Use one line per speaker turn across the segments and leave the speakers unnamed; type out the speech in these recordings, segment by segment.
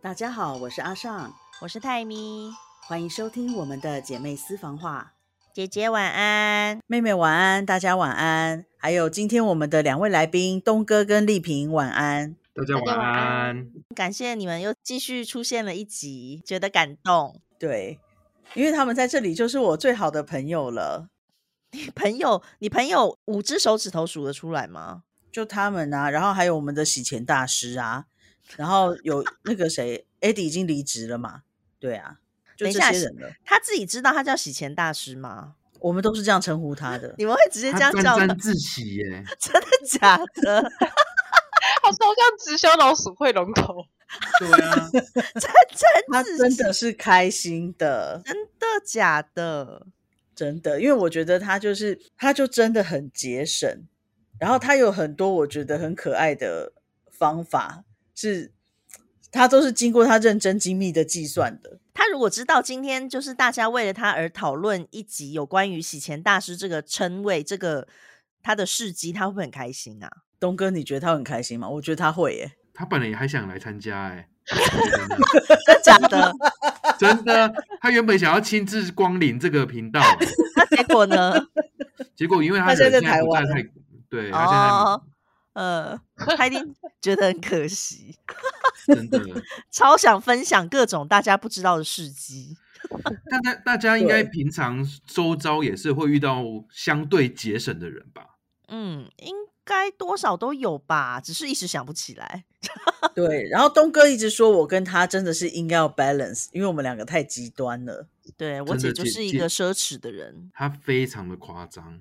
大家好，我是阿尚，
我是泰咪，
欢迎收听我们的姐妹私房话。
姐姐晚安，
妹妹晚安，大家晚安。还有今天我们的两位来宾东哥跟丽萍晚安。
大家晚安。
感谢你们又继续出现了一集，觉得感动。
对，因为他们在这里就是我最好的朋友了，
你朋友，你朋友五只手指头数得出来吗？
就他们啊，然后还有我们的洗钱大师啊，然后有那个谁，Eddie 已经离职了嘛？对啊，就
等
这
一下
些人了，
他自己知道他叫洗钱大师吗？
我们都是这样称呼他的。
你们会直接这
他
样
沾
叫 他？
沾自喜耶，
真的假的？
好抽象，直销老鼠会龙头，
对 啊，
他
沾沾自
真
喜，
的是开心的，
真的假的？
真的，因为我觉得他就是，他就真的很节省，然后他有很多我觉得很可爱的方法，是他都是经过他认真精密的计算的。
他如果知道今天就是大家为了他而讨论一集有关于洗钱大师这个称谓，这个他的事迹，他会不会很开心啊？
东哥，你觉得他很开心吗？我觉得他会耶，
他本来也还想来参加哎，
真的假的？
真的，他原本想要亲自光临这个频道，哎
那结果呢？
结果因为他
他
人
现在在
不
台湾
泰国，对，他现在
哦，呃，他一定觉得很可惜，
真的，
超想分享各种大家不知道的事迹。
大家大家应该
对
平常周遭也是会遇到相对节省的人吧？
嗯，应该多少都有吧，只是一时想不起来。
对。然后东哥一直说我跟他真的是应该要 balance，因为我们两个太极端了。
对我
真
姐
的
就
姐
是一
姐
个奢侈的人，
他非常的夸张。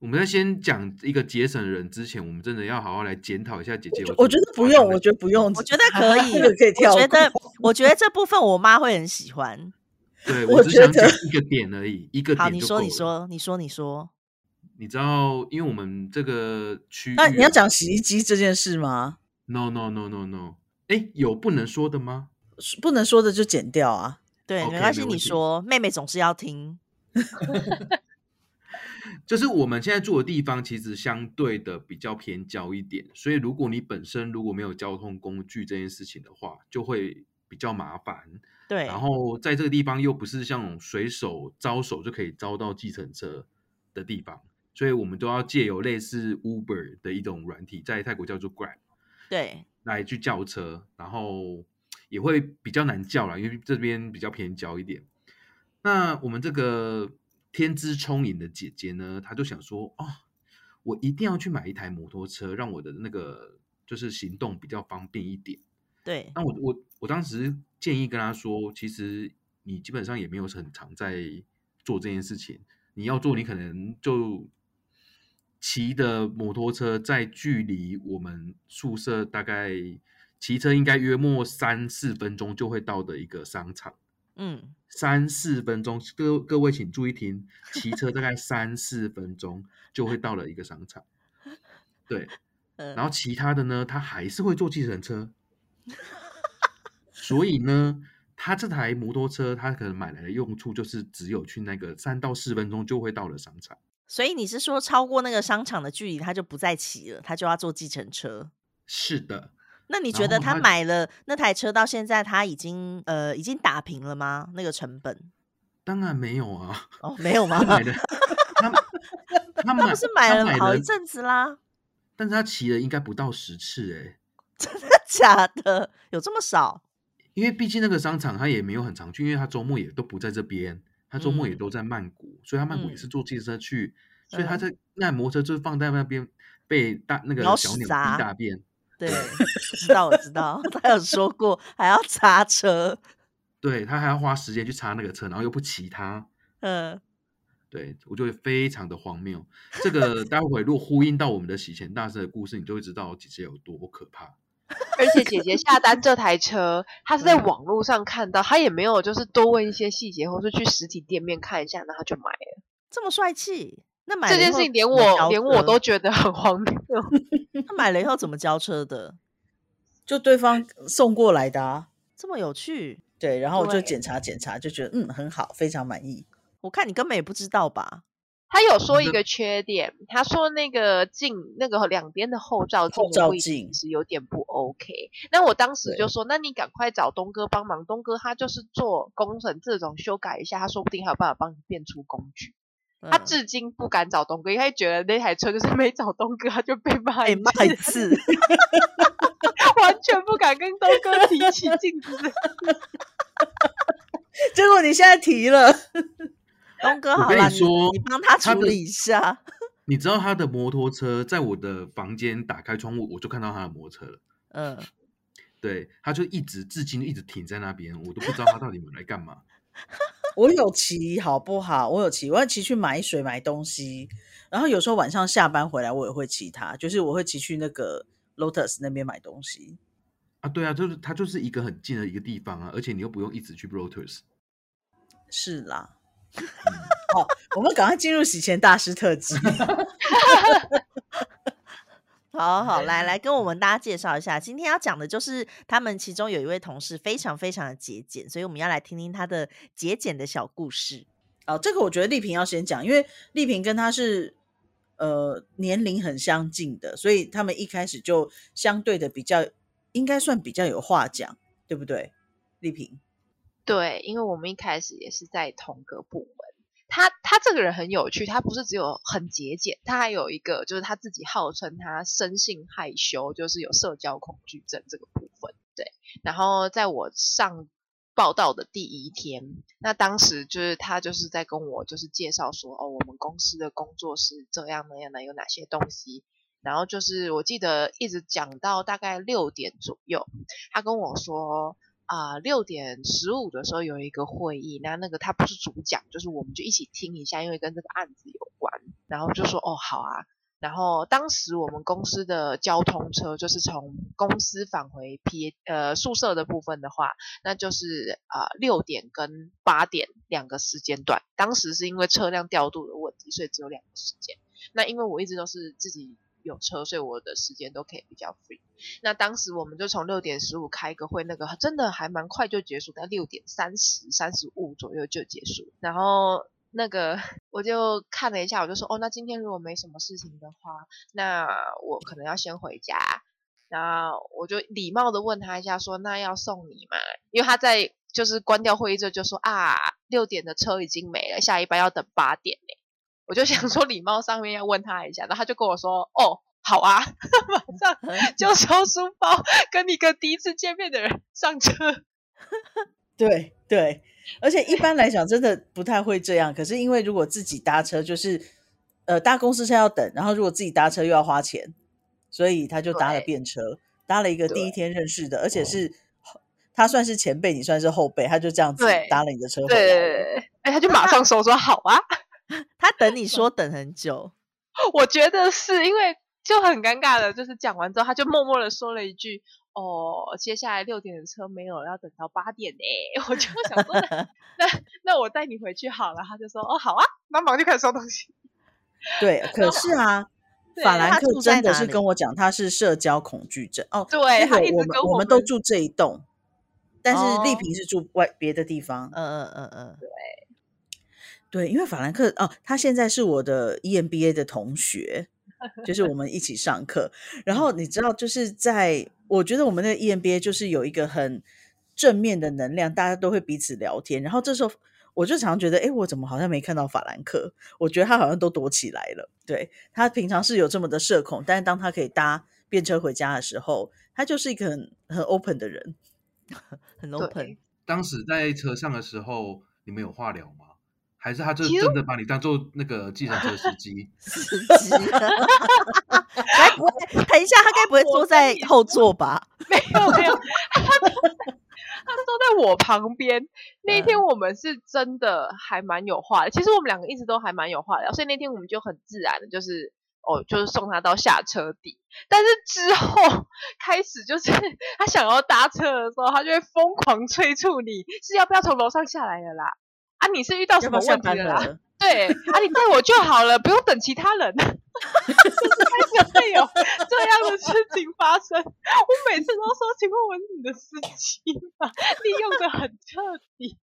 我们在先讲一个节省的人之前，我们真的要好好来检讨一下姐姐有什么夸张的。
我觉得不用，我觉得不用，
我觉得 可以，
这个可以跳
我
过。
觉得，我觉得这部分我妈会很喜欢。
对
我
我只
觉
想
得
讲一个点而已，一个点
好，你
就
说，
够
你
了
说，你说，你说，
你知道，因为我们这个区域啊，
那你要讲洗衣机这件事吗？
no no no no no，哎，有不能说的吗？
不能说的就剪掉啊。
对
OK，
没关
没
系，
问
你
题
说，妹妹总是要听。
就是我们现在住的地方，其实相对的比较偏郊一点，所以如果你本身如果没有交通工具这件事情的话，就会比较麻烦。
对，
然后在这个地方又不是像随手招手就可以招到计程车的地方，所以我们都要借由类似 Uber 的一种软体，在泰国叫做 Grab。
对，
来去叫车，然后也会比较难叫啦，因为这边比较偏郊一点。那我们这个天资聪颖的姐姐呢，她就想说，哦，我一定要去买一台摩托车，让我的那个就是行动比较方便一点。
对，
那我我我当时建议跟她说，其实你基本上也没有很常在做这件事情，你要做，你可能就骑的摩托车在距离我们宿舍大概骑车应该约莫三四分钟就会到的一个商场，
嗯，
三四分钟，各各位请注意听，骑车大概三四分钟就会到了一个商 场，对，
呃
然后其他的呢，他还是会坐计程车，所以呢，他这台摩托车他可能买来的用处就是只有去那个三到四分钟就会到了商场。
所以你是说超过那个商场的距离，他就不再骑了，他就要坐计程车？
是的，
那你
然
觉得
后
他
他
买了那台车到现在，他已经呃已经打平了吗？那个成本
当然没有啊，
哦，没有吗？
他 买的他他
他
买
不是买
他
了好一
了
阵子啦，
但是他骑了应该不到十次哎、
真的假的？有这么少？
因为毕竟那个商场他也没有很常去，因为他周末也都不在这边，他周末也
嗯
都在曼谷，所以他曼谷也是
嗯
坐汽车去，所以他
嗯
在那摩托车就放在那边被大那个
鸟
小
屎
鸟
砸
逼大便。
对，我知道，我知道， 他有说过还要擦车，
对他还要花时间去擦那个车，然后又不骑它，
嗯，
对我就会非常的荒谬。这个待会如果呼应到我们的洗钱大师的故事，你就会知道姐姐有多可怕。
而且姐姐下单这台车，她是在网络上看到，她也没有就是多问一些细节，或是去实体店面看一下，然后就买了。
这么帅气。那买
这
了以
件
后
事情连
怎么
我
交
连我
车
都觉得很荒谬。
那买了以后怎么交车的？
就对方送过来的、啊，
这么有趣，
对，然后我就
对
检查检查，就觉得嗯很好，非常满意。
我看你根本也不知道吧？
他有
嗯
说一个缺点，他说那个镜那个两边的后照镜
后照
的位置
镜
其实有点不 OK。那我当时
对
就说，那你赶快找东哥帮忙，东哥他就是做工程这种修改一下，他说不定还有办法帮你变出工具。他
嗯
至今不敢找东哥，因为他觉得那台车就是没找东哥他就被骂
被
一
骂一
次，
次，
完全不敢跟东哥提起 镜子的
结果你现在提了，
东哥
我
好
跟
了，
你
你
说
你帮他
他
处
的
理一下。
你知道他的摩托车在我的房间打开窗户，我就看到他的摩托车了。
嗯，
对，他就一直至今一直停在那边，我都不知道他到底买来干嘛。
我有骑好不好？我有骑，我要骑去买水买东西，然后有时候晚上下班回来我也会骑它，就是我会骑去那个 Lotus 那边买东西。
啊，对啊，就是它就是一个很近的一个地方啊，而且你又不用一直去 Rotors。
是啦，
嗯
好，我们赶快进入洗钱大师特辑。
好好来来跟我们大家介绍一下，今天要讲的就是他们其中有一位同事非常非常的节俭，所以我们要来听听他的节俭的小故事。
哦，这个我觉得丽萍要先讲，因为丽萍跟她是呃年龄很相近的，所以他们一开始就相对的比较，应该算比较有话讲，对不对？丽萍，
对，因为我们一开始也是在同个部门。他他这个人很有趣，他不是只有很节俭，他还有一个就是他自己号称他生性害羞，就是有社交恐惧症这个部分。对，然后在我上报道的第一天，那当时就是他就是在跟我就是介绍说，哦，我们公司的工作是这样那样的，有哪些东西。然后就是我记得一直讲到大概六点左右，他跟我说，啊，六点十五的时候有一个会议，那那个他不是主讲，就是我们就一起听一下，因为跟这个案子有关。然后就说哦，好啊。然后当时我们公司的交通车就是从公司返回 P 呃宿舍的部分的话，那就是啊六、6点跟八点两个时间段。当时是因为车辆调度的问题，所以只有两个时间。那因为我一直都是自己有车，所以我的时间都可以比较 free。那当时我们就从六点十五开一个会，那个真的还蛮快就结束，在六点三十、三十五左右就结束。然后那个我就看了一下，我就说哦，那今天如果没什么事情的话，那我可能要先回家。然后我就礼貌的问他一下说，那要送你吗？因为他在就是关掉会议之后就说啊，六点的车已经没了，下一班要等八点嘞。我就想说礼貌上面要问他一下，然后他就跟我说哦，好啊， 马上就收书包，跟一个第一次见面的人上车。
对对，而且一般来讲真的不太会这样，可是因为如果自己搭车，就是呃搭公司车要等，然后如果自己搭车又要花钱，所以他就搭了
对
便车，搭了一个第一
对
天认识的，而且是。他算是前辈，你算是后辈，他就这样子
对
搭了你的车回来
对
了。
对对对，哎，他就马上收说好啊。
他等你 说等很久，
我觉得是因为就很尴尬的，就是讲完之后，他就默默的说了一句：“哦，接下来六点的车没有了，要等到八点呢。” 我就想说 那，那那我带你回去好了。他就说：“哦，好啊。”那忙就开始收东西。
对，可是啊，
对
法
那
兰
他
克
住在
真的
哪
是
里
跟我讲，他是社交恐惧症哦。
对
那
他
个
一直
我
跟
们
我哦
们都住这一栋，但是丽
哦
萍是住外别的地方。
嗯嗯嗯嗯，
对，因为法兰克哦，他现在是我的，E EMBA 的同学，就是 我们一起上课。然
嗯
后你知道，就是在我觉得我们那个 E EMBA 就是有一个很正面的能量，大家都会彼此聊天。然后这时候我就常觉得，哎，我怎么好像没看到法兰克？我觉得他好像都躲起来了。对他平常是有这么的社恐，但是当他可以搭便车回家的时候，他就是一个很很 open 的人。
很
对
open。
当时在车上的时候，你们有话聊吗？还是他就
其实
真的把你当做那个计程车司机？
司机， 该不会等一下他该不会
我
坐
跟
在
你
后座 吧？
没有没有，他坐在他坐在我旁边。那
嗯
一天我们是真的还蛮有话的，其实我们两个一直都还蛮有话的，所以那天我们就很自然的，就是哦，就是送他到下车地。但是之后开始就是 他想要搭车的时候，他就会疯狂催促你是要不要从楼上下来了啦。啊，你是遇到
要
什
不
么
要下
问题
班
了啦？
了？
对，啊，你带我就好了，不用等其他人。就是开始会有这样的事情发生，我每次都说：“请问我是你的司机吗？”利用的很彻底。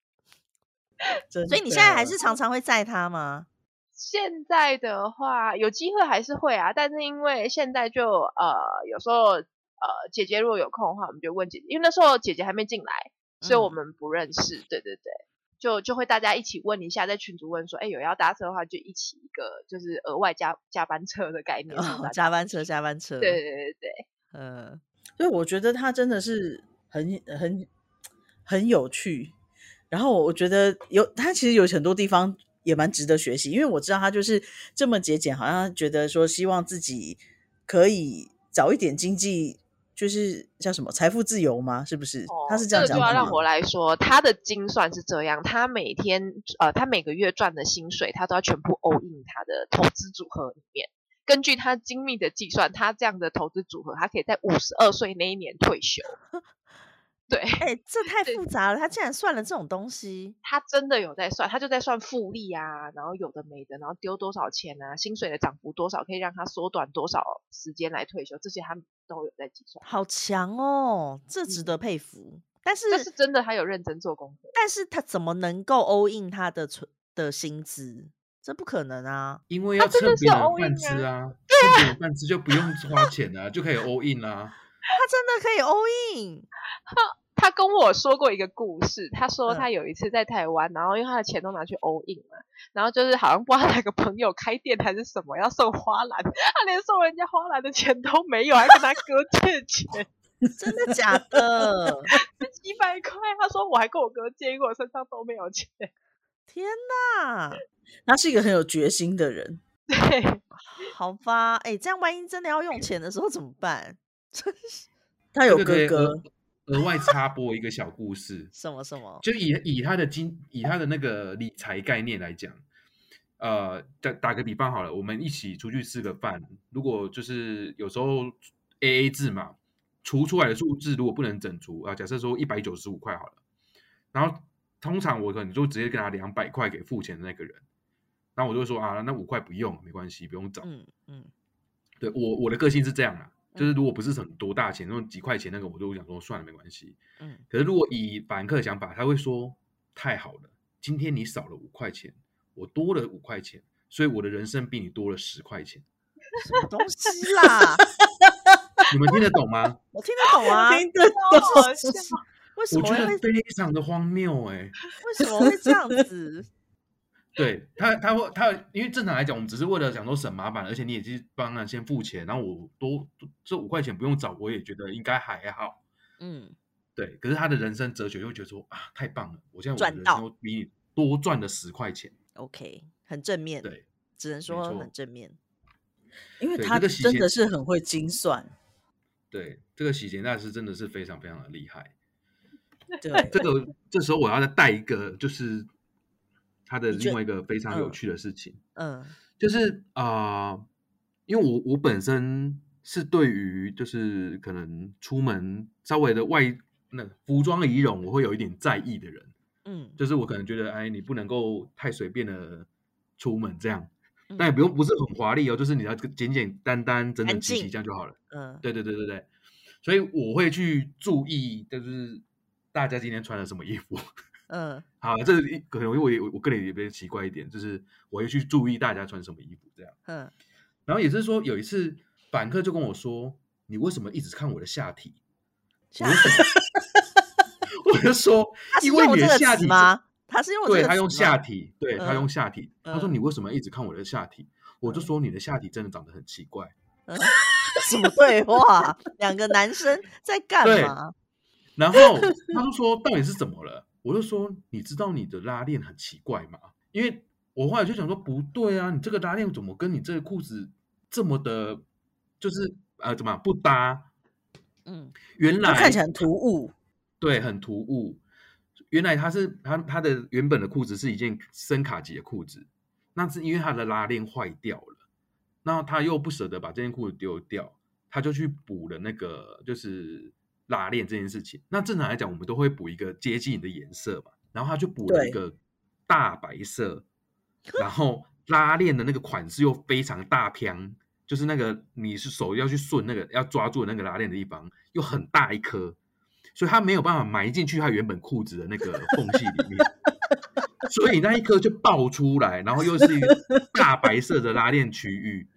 所
所以你现在还是常常会载他吗？
现在的话，有机会还是会啊，但是因为现在就呃，有时候呃，姐姐如果有空的话，我们就问姐姐，因为那时候姐姐还没进来，所以我
嗯
们不认识。对对对，就就会大家一起问一下，在群组问说，哎，有要搭车的话，就一起一个就是额外加加班车的概念。
哦，加班车，加班车，
对对，对对，
嗯，
所以我觉得他真的是很很很有趣。然后我觉得有他其实有很多地方也蛮值得学习，因为我知道他就是这么节俭，好像觉得说希望自己可以早一点经济，就是叫什么财富自由吗？是不是？他哦是这样
哦个
讲
就
的吗？
要让我来说，他的精算是这样：他每天呃，他每个月赚的薪水，他都要全部 all in 他的投资组合里面。根据他精密的计算，他这样的投资组合，他可以在五十二岁那一年 退休。对
哎、这太
对
复杂了，他竟然算了这种东西，
他真的有在算，他就在算复利啊，然后有的没的，然后丢多少钱啊，薪水的涨幅多少，可以让他缩短多少时间来退休，这些他都有在计算。
好强哦，这值得佩服。但是，
这嗯是真的，他有认真做功课。
但是他怎么能够 all in 他的存的薪资？这不可能啊！
因为
他
要
真的
蹭
是
别人
all
饭
in
吃啊，蹭别人饭吃就不用花钱了、就可以 all in 啊啦、
他真的可以 all in，
他跟我说过一个故事，他说
嗯
他有一次在台湾，然后因为他的钱都拿去 all in 嘛，然后就是好像不知道哪个朋友开店还是什么要送花篮，他连送人家花篮的钱都没有，还跟他哥借钱
真的假的？
几百块，他说我还跟我哥借，因为我身上都没有钱。
天哪！
他是一个很有决心的人。
对，
好吧，哎、这样万一真的要用钱的时候怎么办？
他
这
有
个可
哥
以
哥
额，额外插播一个小故事，
什么什么？
就以以他的经以他的那个理财概念来讲，呃，打打个比方好了，我们一起出去吃个饭，如果就是有时候 A A 制嘛，除出来的数字如果不能整除啊、假设说一百九十五块好了，然后通常我可能就直接给他两百块给付钱的那个人，然后我就说啊，那五块不用，没关系，不用找。
嗯嗯，
对我我的个性是这样啊，就
嗯
是如果不是很多大钱，那种几块钱那个，我就想说算了，没关系。
嗯，
可是如果以凡客的想法，他会说太好了，今天你少了五块钱，我多了五块钱，所以我的人生比你多了十块钱。
什么东西啦？
你们听得懂吗？
我听得懂啊，
听得
好好
懂
笑。
为什
我
么
觉
会
得
为
非常的荒谬哎、
什么会这样子？
对他，他会他，因为正常来讲，我们只是为了想说省麻烦，而且你也是帮人先付钱，然后我多这五块钱不用找，我也觉得应该还好。
嗯，
对，可是他的人生哲学就会觉得说啊，太棒了，我现在我的
赚
人
到
生都比你多赚了十块钱。
OK，很正面，
对，
只能
没
说
错
很正面。
因为
对
他
这个洗
真
钱
的是很会精算。
对，这个洗钱大师真的是非常非常的厉害。
对，
这个这时候我要再带一个，就是他的
你觉
另外一个非常有
嗯
趣的事情，
嗯
就是啊、呃因为我我本身是对于就是可能出门稍微的外那服装仪容，我会有一点在意的人，
嗯
就是我可能觉得哎，你不能够太随便的出门这样，
嗯
但也不用不是很华丽哦，就是你要简简单单、整整齐
干净
齐这样就好了。
嗯，
对对对对对，所以我会去注意，就是大家今天穿了什么衣服。
嗯
好，这个一可能我也我个人也比较奇怪一点，就是我会去注意大家穿什么衣服这样。
嗯，
然后也是说有一次，板客就跟我说：“你为什么一直看我的下体？”
下
我就说 我就说
他：“是
因为
用我
你
这
的
个
下
词
体
吗？他是用我这
对
个
他用
词吗
下体，对他用
嗯
下体。他说
嗯
你为什么一直看我的下体？我就
嗯
说你的下体真的长得很奇怪。
嗯什么对话？两个男生在干
对
嘛？
然后他就说到底是怎么了？我就说你知道你的拉链很奇怪吗？因为我后来就想说不对啊，你这个拉链怎么跟你这个裤子这么的，就是呃怎么啊不搭？
嗯
原来
他看起来很突兀。
对很突兀，原来他是他他的原本的裤子是一件深卡其的裤子，那是因为他的拉链坏掉了，那他又不舍得把这件裤子丢掉，他就去补了那个就是拉链这件事情。那正常来讲，我们都会补一个接近的颜色嘛，然后他就补了
对
一个大白色，然后拉链的那个款式又非常大片，就是那个你是手要去顺那个要抓住的那个拉链的地方，又很大一颗，所以它没有办法埋进去它原本裤子的那个缝隙里面。所以那一颗就爆出来，然后又是一个大白色的拉链区域。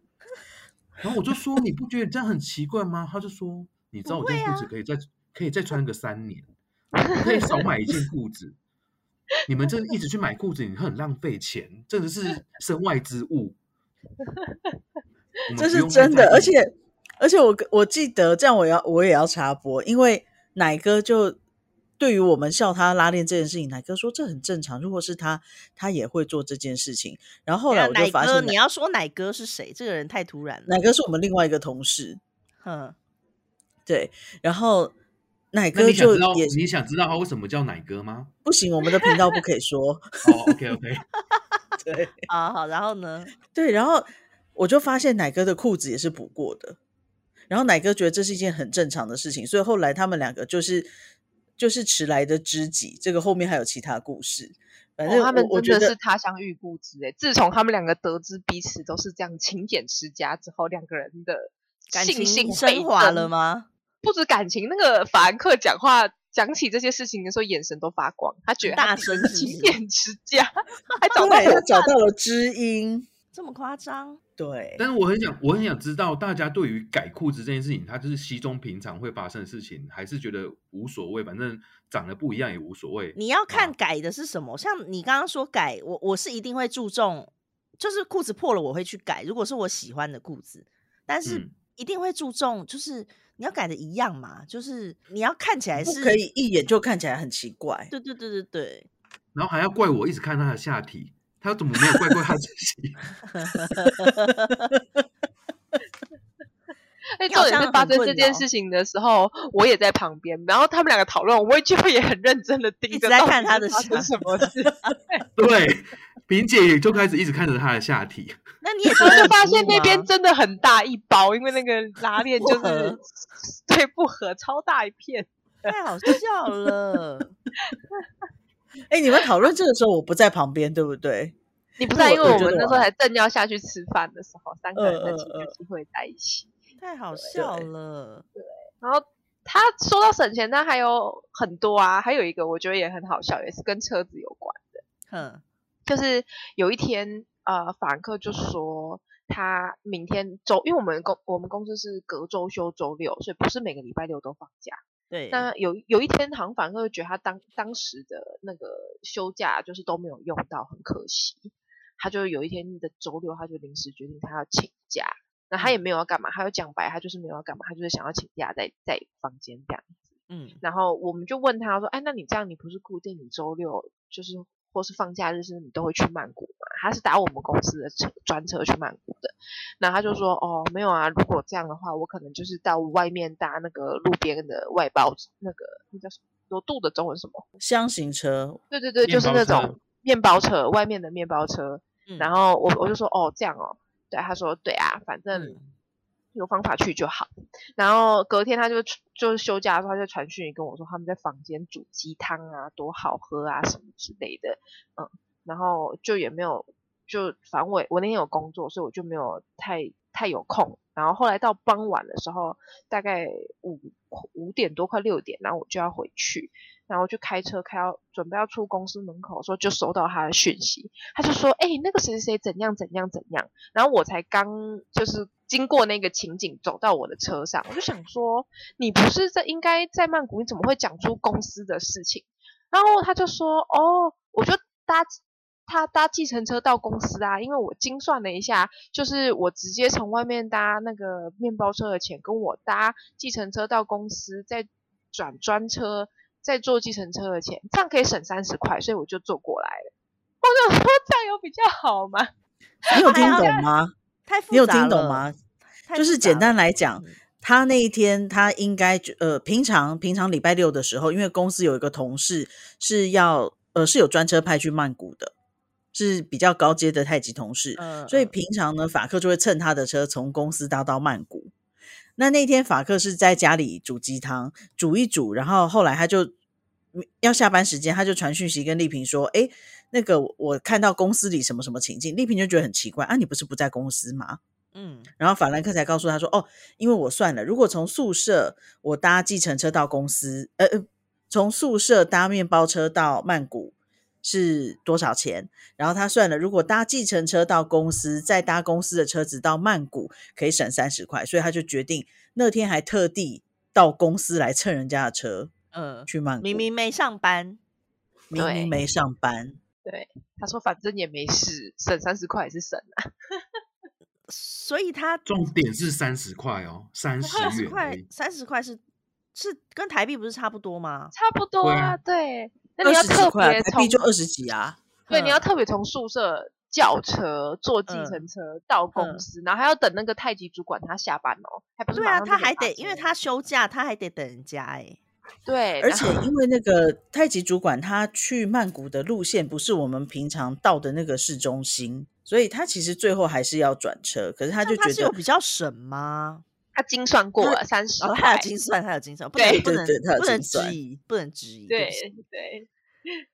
然后我就说：“你不觉得这样很奇怪吗？”他就说：“你知道我这件
啊
裤子可以再、可以再穿个三年，我可以少买一件裤子。你们这一直去买裤子，你很浪费钱，这个是身外之物。
这
我们嗯不
是
用太
真的
在，意
而且而且我跟我记得这样，我要我也要插播，因为奶哥就对于我们笑他拉链这件事情，奶哥说这很正常，如果是他，他也会做这件事情。然后后来我就
奶
发现
哥，
奶
你要说奶哥是谁？这个人太突然了。
奶哥是我们另外一个同事，
哼，
对，然后奶
那
哥
你想
就
知道
也
你想知道他为什么叫奶哥吗？
不行，我们的频道不可以 说，
哦，OK OK，
对
啊，好，然后呢？
对，然后我就发现奶哥的裤子也是补过的，然后奶哥觉得这是一件很正常的事情，所以后来他们两个就是就是迟来的知己，这个后面还有其他故事。反正
哦
我、
他们
我觉
真的是
得
他乡遇故知哎！自从他们两个得知彼此都是这样勤俭持家之后，两个人的
感
信
情
心
升华了
吗？
吗？
不止感情，那个法兰克讲话讲起这些事情的时候，眼神都发光，他觉得
大
他自
声
己是
是不
勤
是
俭持家， 还找
对
到
他
我。
找到了知音，
这么夸张？
对，
但是我很想，我很想知道大家对于改裤子这件事情，它就是稀松平常会发生的事情，还是觉得无所谓，反正长得不一样也无所谓。
你要看
啊
改的是什么？像你刚刚说改，我我是一定会注重，就是裤子破了我会去改，如果是我喜欢的裤子，但是
嗯
一定会注重，就是你要改的一样嘛，就是你要看起来
不
是
可以一眼就看起来很奇怪。
对对对对对，
然后还要怪我一直看他的下体，他怎么没有怪过他自己？
哎，
你好
重点
像
哎是发
很
生
困
这件
扰
事情的时候，我也在旁边，然后他们两个讨论，我就也很认真的
一
盯
直
着，
在
到
看
底
他
是
的
发
下
生什么事，
对，萍姐也就开始一直看着他的下体，
那你也觉
然后
得
就
很
发
突兀
现那
啊
边
吗
真的很大一包，因为那个拉链就
啊不合
是对不合，超大一片。
太好笑了。
哎，你们讨论这个时候我不在旁边，对不 对？
你不
那
在，
我
因为
我
我
觉
们
得
那时
我
候还正要下去吃饭的时候，三个人
嗯
才
嗯
情
嗯
不机会在一起。
太好笑
对
了，
然后他说到省钱，但还有很多啊，还有一个我觉得也很好笑，也是跟车子有关。
哼，
就是有一天，呃，法兰克就说他明天周，因为我们公我们公司是隔周休周六，所以不是每个礼拜六都放假。
对，
那有有一天，好像法兰克就觉得他当当时的那个休假就是都没有用到，很可惜。他就有一天的周六，他就临时决定他要请假。那他也没有要干嘛，他就讲白，他就是没有要干嘛，他就是想要请假在在房间这样。
嗯，
然后我们就问他说：“哎，那你这样你不是固定你周六就是或是放假日是你都会去曼谷吗？”他是打我们公司的车专车去曼谷的，然后他就说：“哦，没有啊，如果这样的话，我可能就是到外面搭那个路边的外包那个那叫什么罗渡的中文什么？
箱型车，
对对对，
面
就是
包
那
车
种面包车外面的面包车。然
嗯
后
后我我就说：“哦，这样哦。”对，他说：“对啊，反正。
嗯，
有方法去就好。然后隔天他就出就是休假的时候，他就传讯息跟我说他们在房间煮鸡汤啊，多好喝啊什么之类的。嗯，然后就也没有就反正我也我那天有工作，所以我就没有太太有空。然后后来到傍晚的时候，大概五五点多快六点，然后我就要回去，然后就开车开到准备要出公司门口的时候，就收到他的讯息，他就说：“哎、那个谁谁谁怎样怎样怎样。”然后我才刚就是经过那个情景，走到我的车上，我就想说，你不是在应该在曼谷，你怎么会讲出公司的事情？然后他就说，哦，我就搭他搭计程车到公司啊，因为我精算了一下，就是我直接从外面搭那个面包车的钱，跟我搭计程车到公司，再转专车，再坐计程车的钱，这样可以省三十块，所以我就坐过来了。我想说这样有比较好吗？
你有听
还要
懂吗？
太复杂
你有听懂吗
了？？太
就
复
是
杂
简单
了
来讲，
嗯
他那一天他应该就呃，平常平常礼拜六的时候，因为公司有一个同事是要呃是有专车派去曼谷的，是比较高阶的太极同事，
嗯
所以
嗯
平常呢，法克就会蹭他的车从公司搭到曼谷。那那天法克是在家里煮鸡汤，煮一煮，然后后来他就嗯要下班时间，他就传讯息跟丽萍说：“诶，那个我我看到公司里什么什么情境。”丽萍就觉得很奇怪啊，你不是不在公司吗？
嗯
然后法兰克才告诉他说：“哦，因为我算了，如果从宿舍我搭计程车到公司，呃，呃从宿舍搭面包车到曼谷是多少钱，然后他算了，如果搭计程车到公司，再搭公司的车子到曼谷，可以省三十块，所以他就决定那天还特地到公司来蹭人家的车
嗯，
去曼谷，
明明没上班，
明
对
明没上班，
他说反正也没事，省三十块也是省啊。
所以他
重点是三十块哦，三十
三十
元而
块
已，
三十块是是跟台币不是差不多吗？
差不多
对
啊，
啊
对。那
二
你要
十几
特
块
别
啊台
从
币就二十几啊，
对，你要
嗯
特别从宿舍叫车、坐计
嗯
程车到公
嗯
司，然后还要等那个太极主管他下班哦，还不是
对
马
啊，
上
他
就可以
还
搭
得因为
车
他休假，他还得等人家哎、
对，
而
然
且
后
因为那个太极主管他去曼谷的路线不是我们平常到的那个市中心，所以他其实最后还是要转车，可是他
那
就
他
觉
是有
得
比较省 吗？
他精算过了三十
哦，
块
他有，精算，他有精 算，不
对
能不
对
能
对他有
不能
精算
质疑，不能质疑。对
对
不起
对，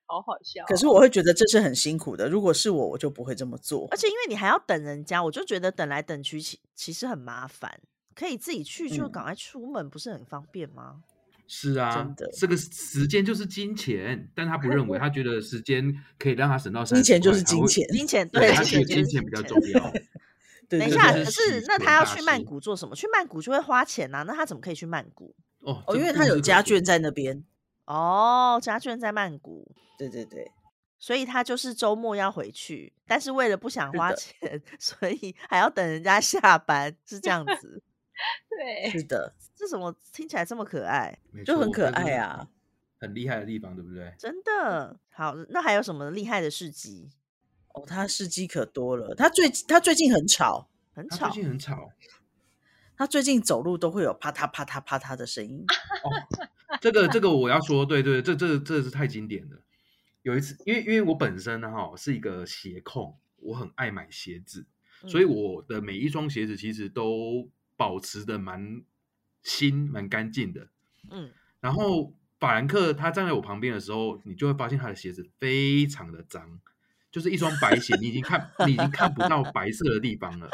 好好笑哦。
可是我会觉得这是很辛苦的。如果是我，我就不会这么做
而。且因为你还要等人家，我就觉得等来等去其其实很麻烦。可以自己去就
嗯
赶快出门，不是很方便吗？
是啊
真的，
这个时间就是金钱，但他不 认为，他觉得时间可以让他省到三
金
十，
钱就是金钱，
金钱
对
对，
他觉
金
得
钱就
金
是
钱比较重要。
对
等一
对
这
下，
就
对
可
是
是
洗
那
钱
他要
大
去曼
师
谷做什么？去曼谷就会花钱呐、那他怎么可以去曼谷？
哦
哦，
这
因为
故
他
事
有
可
家
多
眷在那边。
哦，家眷在曼谷，
对对对，
所以他就是周末要回去，但是为了不想
是
花
的
钱， 所以还要等人家下班，是这 样子。
对
哎
是的，
这怎么听起来这么可爱？
没
就很
错
可
这是
爱啊。
很厉害的地方，对不对？
真
嗯
的好，那还有什么厉害的事迹？
哦，他事迹可多了。他最他最近很吵，
很
他
吵
最近很吵，
他最近走路都会有啪嗒啪嗒啪嗒的声音。
啊
这 个这个我要说，对对，这这这是太经典了。有一次，因为因为我本身呢哈是一个鞋控，我很爱买鞋子，所以
嗯
我的每一双鞋子其实都保持的蛮新、蛮干净的。
嗯，
然后法兰克他站在我旁边的时候，你就会发现他的鞋子非常的脏，就是一双白鞋，你已经看你已经看不到白色的地方了。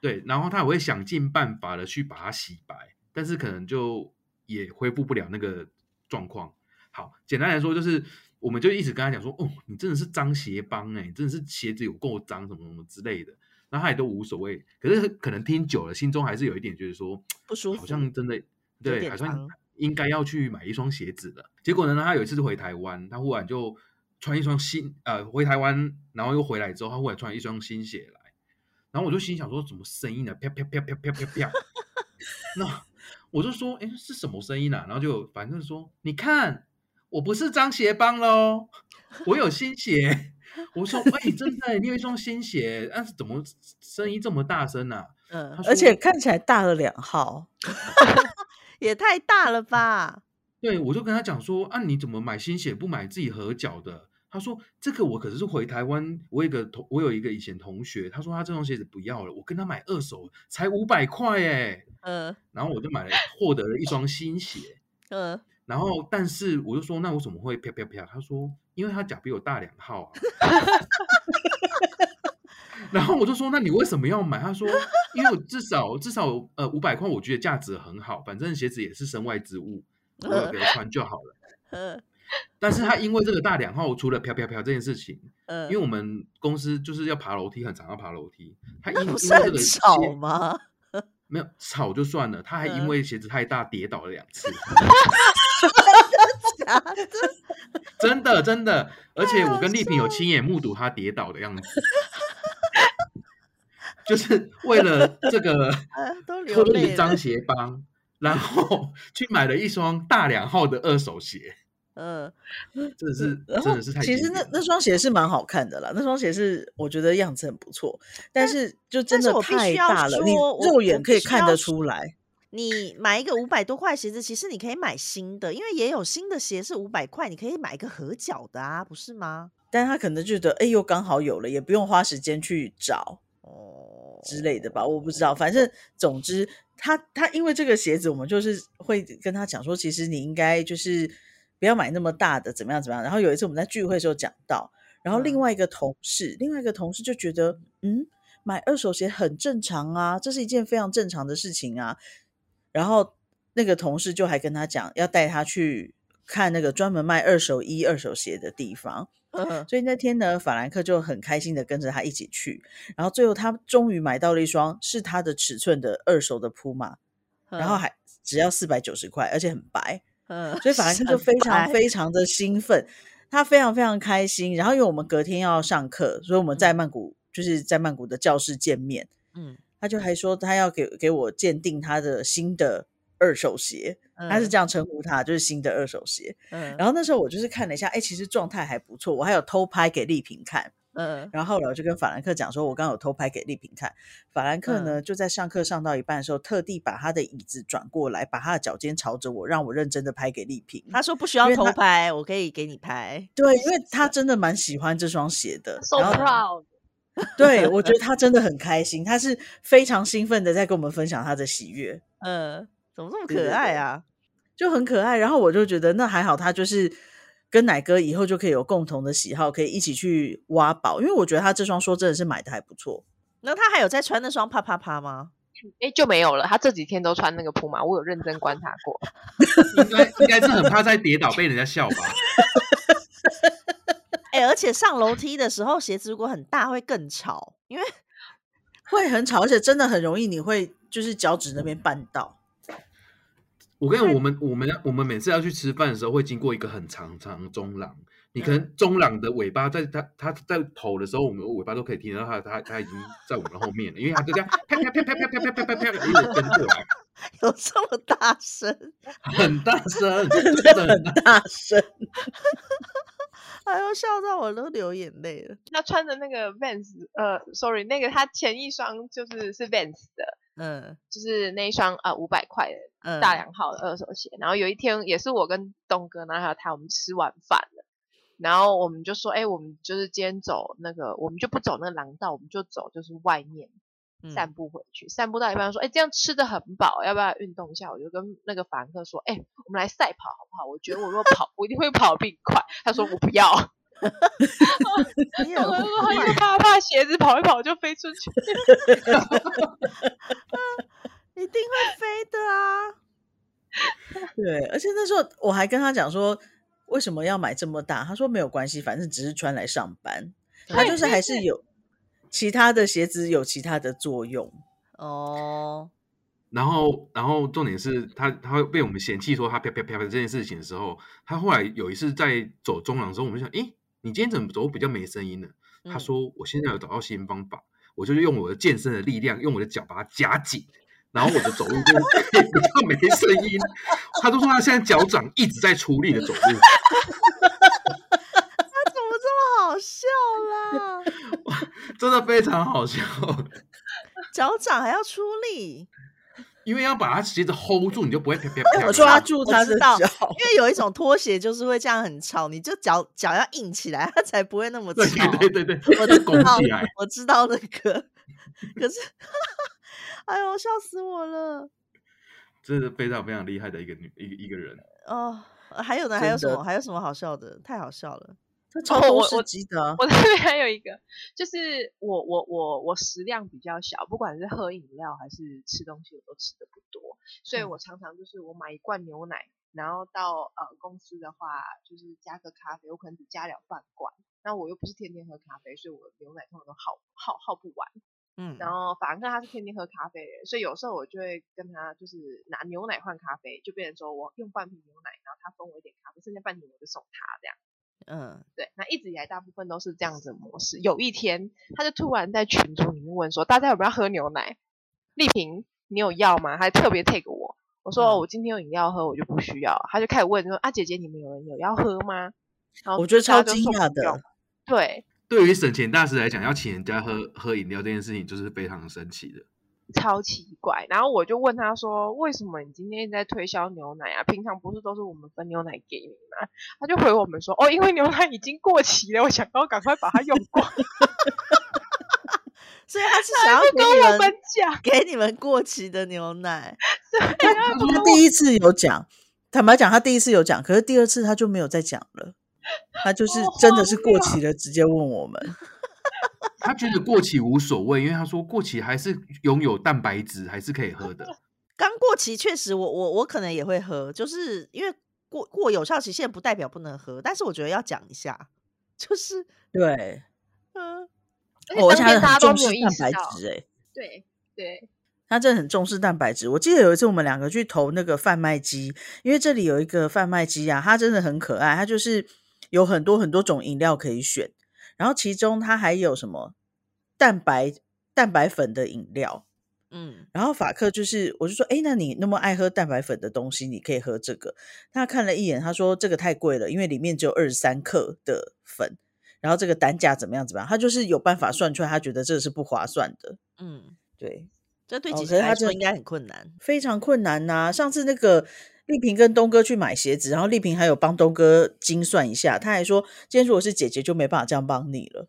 对，然后他也会想尽办法的去把它洗白，但是可能就也恢复不了那个状况。好，简单来说就是，我们就一直跟他讲说，哦，你真的是脏鞋帮哎、你真的是鞋子有够脏，什么什么之类的。然后他也都无所谓，可是可能听久了，心中还是有一点觉得说，
不舒服。
好像真的
有
对，
点
好像
长
应该要去买一双鞋子了。结果呢，他有一次就回台湾，他忽然就穿一双新呃回台湾，然后又回来之后，他忽然穿一双新鞋来，然后我就心想说，什么声音呢？啊啪啪啪啪啪啪啪。那我就说，哎，是什么声音啊？然后就反正说，你看，我不是张鞋帮喽，我有新鞋。 我说，哎、真的，你有一双新鞋，但是怎么声音这么大声啊？
嗯
他，说
而且看起来大了两号，
也太大了吧？
对，我就跟他讲说啊，你怎么买新鞋不买自己合脚的？他说这个我可是回台湾，我有一个同我有一个以前同学，他说他这双鞋子不要了，我跟他买二手才五百块哎，
嗯
然后我就买了获得了一双新鞋，
嗯，
然后但是我就说那我怎么会啪啪啪？他说因为他脚比我大两号啊， 然后我就说那你为什么要买？他说因为我至少至少呃五百块我觉得价值很好，反正鞋子也是身外之物，我有给他穿就好了。
嗯
但是他因为这个大两号，除了飘飘飘这件事情，
嗯，
因为我们公司就是要爬楼梯，很常要爬楼梯，他因因
不
为
是
这
很
个
吵
鞋
吗？
没有吵就算了，他还因
嗯
为鞋子太大跌倒了两 次，
啊
真的真的，而且我跟丽萍有亲眼目睹他跌倒的样子， 就是为了 这个
啊都流
脱
泪
离
了
脏。鞋帮，然后去买了一双大两号的二手鞋，
嗯，
真的是
呃然
真
后
的是太
其实
经
那
典
那
了
双鞋是蛮好看的啦，那双鞋是我觉得样子很不错，但是就真
但是
的
我必须
太
要
大了，你
说我
肉
我
眼
必
可以
须
看
要
得
说
出来。
你买一个五百多块鞋子，其实你可以买新的，因为也有新的鞋是五百块，你可以买一个合脚的啊，不是吗？
但他可能觉得，哎呦，刚好有了，也不用花时间去找
哦
之类的吧，我不知道。反正总之，他他因为这个鞋子，我们就是会跟他讲说，其实你应该就是不要买那么大的，怎么样怎么样。然后有一次我们在聚会的时候讲到，然后另
嗯
外一个同事，另外一个同事就觉得，嗯，买二手鞋很正常啊，这是一件非常正常的事情啊。然后那个同事就还跟他讲，要带他去看那个专门卖二手衣、二手鞋的地方，
嗯
所以那天呢，法兰克就很开心的跟着他一起去，然后最后他终于买到了一双是他的尺寸的二手的普马，然后还只要四百九十块，而且很白，
嗯，
所以法兰克就
很
非常
白
非常的兴奋，他非常非常开心。然后因为我们隔天要上课，所以我们在曼谷就是在曼谷的教室见面，
嗯，
他就还说他要给给我鉴定他的新的二手鞋，他是这
样，
样称呼他，就是新的二手鞋。
然
然后那时候我就是看了一下，哎，其实状态还不错，我还有偷拍给丽萍看。
嗯
然后后来我就跟法兰克讲说，我刚刚有偷拍给丽萍看。法兰克呢，就在上课上到一半的时候，特地把他的椅子转过来，把他的脚尖朝着我，让我认真的拍给丽萍。
他说不需要
因为
偷
他
拍，我可以给你拍。
对，因为他真的蛮喜欢这双鞋的。
，so
然后
proud。
对我觉得他真的很开心，他是非常兴奋的在跟我们分享他的喜悦，
嗯，怎么这么
对对
可爱
对
啊？
就很可爱。然后我就觉得那还好，他就是。跟奶哥以后就可以有共同的喜好，可以一起去挖宝，因为我觉得他这双说真的是买的还不错。
那他还有在穿那双啪啪 啪吗？
哎，就没有了。他这几天都穿那个普马，我有认真观察 过。
应该应该是很怕再跌倒被人家笑吧？
哎、而且上楼梯的时候鞋子如果很大会更吵，因为
会很吵，而且真的很容易，你会就是脚趾那边绊到。
我跟你讲，我们我们我们每次要去吃饭的时候，会经过一个很长长的中廊。你可能中廊的尾巴在它它在头的时候，我们尾巴都可以听得到它它它已经在我们后面了，因为它就这样啪啪啪啪啪啪啪啪啪啪一直跟过来，
有这么大声，
很大声， 真的很大。
大声，
哎呦，笑到我都流眼泪了。
他穿的那个 Vans，呃，sorry，那个他前一双就是是 Vans 的，
嗯
就是那一双啊五百块的
嗯，
大良号的二手鞋。然后有一天也是我跟东哥，然后还有他，我们吃完饭了，然后我们就说，哎，我们就是今天走那个，我们就不走那个廊道，我们就走就是外面
嗯
散步回去。散步到一半说，哎，这样吃的很饱，要不要运动一下？我就跟那个法兰克说，哎，我们来赛跑好不好？我觉得我如果跑，我一定会跑比你快。他说我不要，
哎
你
我
很
就说
坏
因为怕怕鞋子跑一跑就飞出去。
一定会飞的啊！
啊对，而且那时候我还跟他讲说，为什么要买这么大？他说没有关系，反正只是穿来上班。他
对
就是还是有其他的鞋子有其他的作用。
哦，
然后，然后重点是他，他会被我们嫌弃说他啪啪啪啪这件事情的时候，他后来有一次在走中廊的时候，我们就想，诶，你今天怎么走比较没声音呢？他
嗯
说，我现在有找到新方法，我就是用我的健身的力量，用我的脚把它夹紧，然后我的走路就会比较没声音。他都说他现在脚掌一直在出力的走路，
他怎么这么好笑啦？
真的非常好笑，
脚掌还要出力，
因为要把它鞋子 hold 住，你就不会啪啪啪。
我抓住他的
知道
脚，
因为有一种拖鞋就是会这样很吵，你就脚脚要硬起来，它才不会那么吵。
对对对对，
我
就
知
拱
道
起来。，
我知道那个，可是， 哎呦，笑死我了！
真的非常非常厉害的一个女一个一个人。
哦，还有呢，还有什
真的
么？还有什么好笑的？太好笑了！哦
他超
我
多
我
司机的啊。
我这边还有一个，就是我我我我食量比较小，不管是喝饮料还是吃东西，我都吃的不多，所以
嗯
我常常就是我买一罐牛奶，然后到呃公司的话就是加个咖啡，我可能只加了半罐。那我又不是天天喝咖啡，所以我的牛奶通常都耗耗耗不完。
嗯，
然后法兰克他是天天喝咖啡的人，所以有时候我就会跟他就是拿牛奶换咖啡，就变成说我用半瓶牛奶，然后他分我一点咖啡，剩下半瓶我就送他这样。
嗯，
对，那一直以来大部分都是这样子的模式。有一天，他就突然在群组里面问说：“大家有没有要喝牛奶？丽萍，你有要吗？”他还特别 take 我，我说：“哦
嗯
我今天有饮料喝，我就不需要。”他就开始问说：“啊，姐姐，你们有人有要喝吗？”然后
我觉得
大
超
家就
惊
说
讶
不用
的。
对，
对于省钱大师来讲，要请人家喝喝饮料这件事情，就是非常神奇的。
超奇怪。然后我就问他说：“为什么你今天一直在推销牛奶啊？平常不是都是我们分牛奶给你吗？”他就回我们说：“哦，因为牛奶已经过期了，我想要赶快把它用 光。”
所以他是想
他
要
就
给
跟
你
我
们
们讲，
给你们过期的牛奶，
他他第一次有讲，坦白讲，他第一次有讲，可是第二次他就没有再讲了。他就是
好
真的是
荒
过
谬
期了，直接问我们。
他觉得过期无所谓，因为他说过期还是拥有 蛋白质，还是可以喝的。
刚过期确实我，我我可能也会喝，就是因为过过有效期限不代表不能喝，但是我觉得要讲一下，就是
对，
嗯、呃
哦而
而
且
且
他
当天
很
大家
重
都没
视
有意
蛋
识
白
到，
质、欸，
对对，
他真的很重视蛋白质。我记得有一次我们两个去投那个贩卖机，因为这里有一个贩卖机啊，它真的很可爱，它就是有很多很多种饮料可以选，然后其中它还有什么蛋白蛋白粉的饮料。
嗯，
然后法克就是，我就说，哎，那你那么爱喝蛋白粉的东西，你可以喝这个。他看了一眼，他说这个太贵了，因为里面只有二十三克的粉，然后这个单价怎么样怎么样，他就是有办法算出来，他觉得这是不划算的。
嗯，
对，
这对
哦
姐
可
姐
是她
来
真
说
的
应该很困 难。
非常困难呐、上次那个丽萍跟东哥去买鞋子，然后丽萍还有帮东哥精算一下，他还说，今天如果是姐姐就没办法这样帮你 了。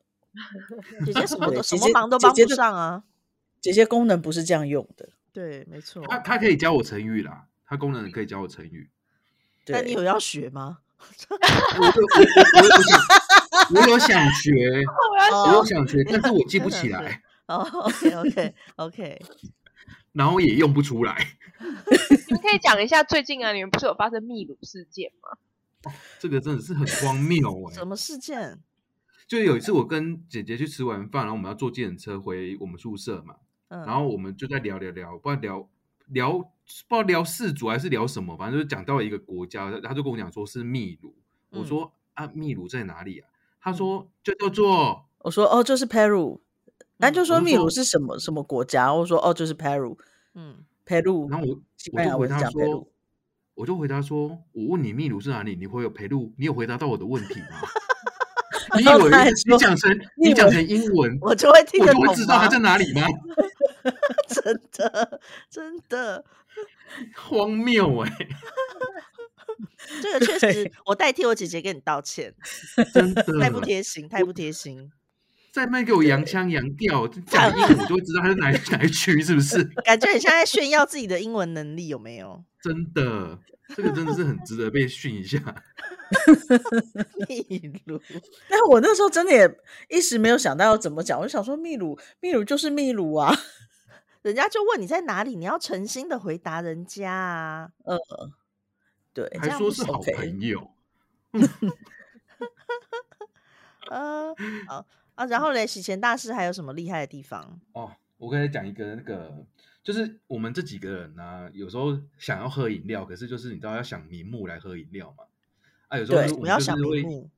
姐姐什么
对
都什
姐
么
姐
忙都
姐
帮
姐
不
的
上啊。
姐姐功能不是这样用的，
对，没错。
他他可以教我成语啦，他功能可以教我 成语。
那你
对
有要学吗？
我我我我我有想，我有想 学，
我要
我
哦
有想学，但是我记不起来，
哦，OK OK OK，
然后也用不出来。
你们可以讲一下最近啊，你们不是有发生秘鲁事件吗？
这个真的是很荒谬 哎、
什么事件？
就有一次我跟姐姐去吃完饭，然后我们要坐计程车回我们宿舍嘛，
嗯，
然后我们就在聊聊聊，不知道聊聊不知道聊氏族还是聊什么，反正就是讲到一个国家，他就跟我讲说是秘鲁，我
嗯
说、啊秘鲁在哪里啊？他
嗯
说就叫做
我说哦，就是 Peru，那就
我
说
就
秘鲁
说
是什么什么国家？我说哦，就是 Peru，Peru，
嗯，
然后我
西
我
班牙
就回
文
答
讲 Peru
说，。我就回答说，我问你秘鲁是哪里，你会有陪路，你有回答到我的问题 吗？你以
然后他
为
还
你
说
讲成
你
你
以
讲
为
成英文，
我就会听
我
得
就
懂
会知道它
吗
在哪里吗？
真的真的，
荒谬哎、
这个确实，我代替我姐姐跟你道歉，
真的
太不贴心，太不贴心，
再卖给我洋腔洋调，讲英文我就会知道它是哪一哪一区，是 不是？
感觉你现在炫耀自己的英文能力有没有？
真的，这个真的是很值得被训一下。
例如，
但我那时候真的也一时没有想到要怎么讲，我就想说秘鲁，秘鲁就是秘鲁啊，
人家就问你在哪里，你要诚心的回答人家啊。
呃
对，
还
样
说
不
是
行
好
，OK
朋友，
呃，好啊，
嗯
然后嘞，洗钱大师还有什么厉害的地方？
哦，我刚才讲一个那个，就是我们这几个人呢、有时候想要喝饮料，可是就是你知道要想名目来喝饮料嘛。啊，有时候
对
就是我
我
们
要
就是
想
会
名目，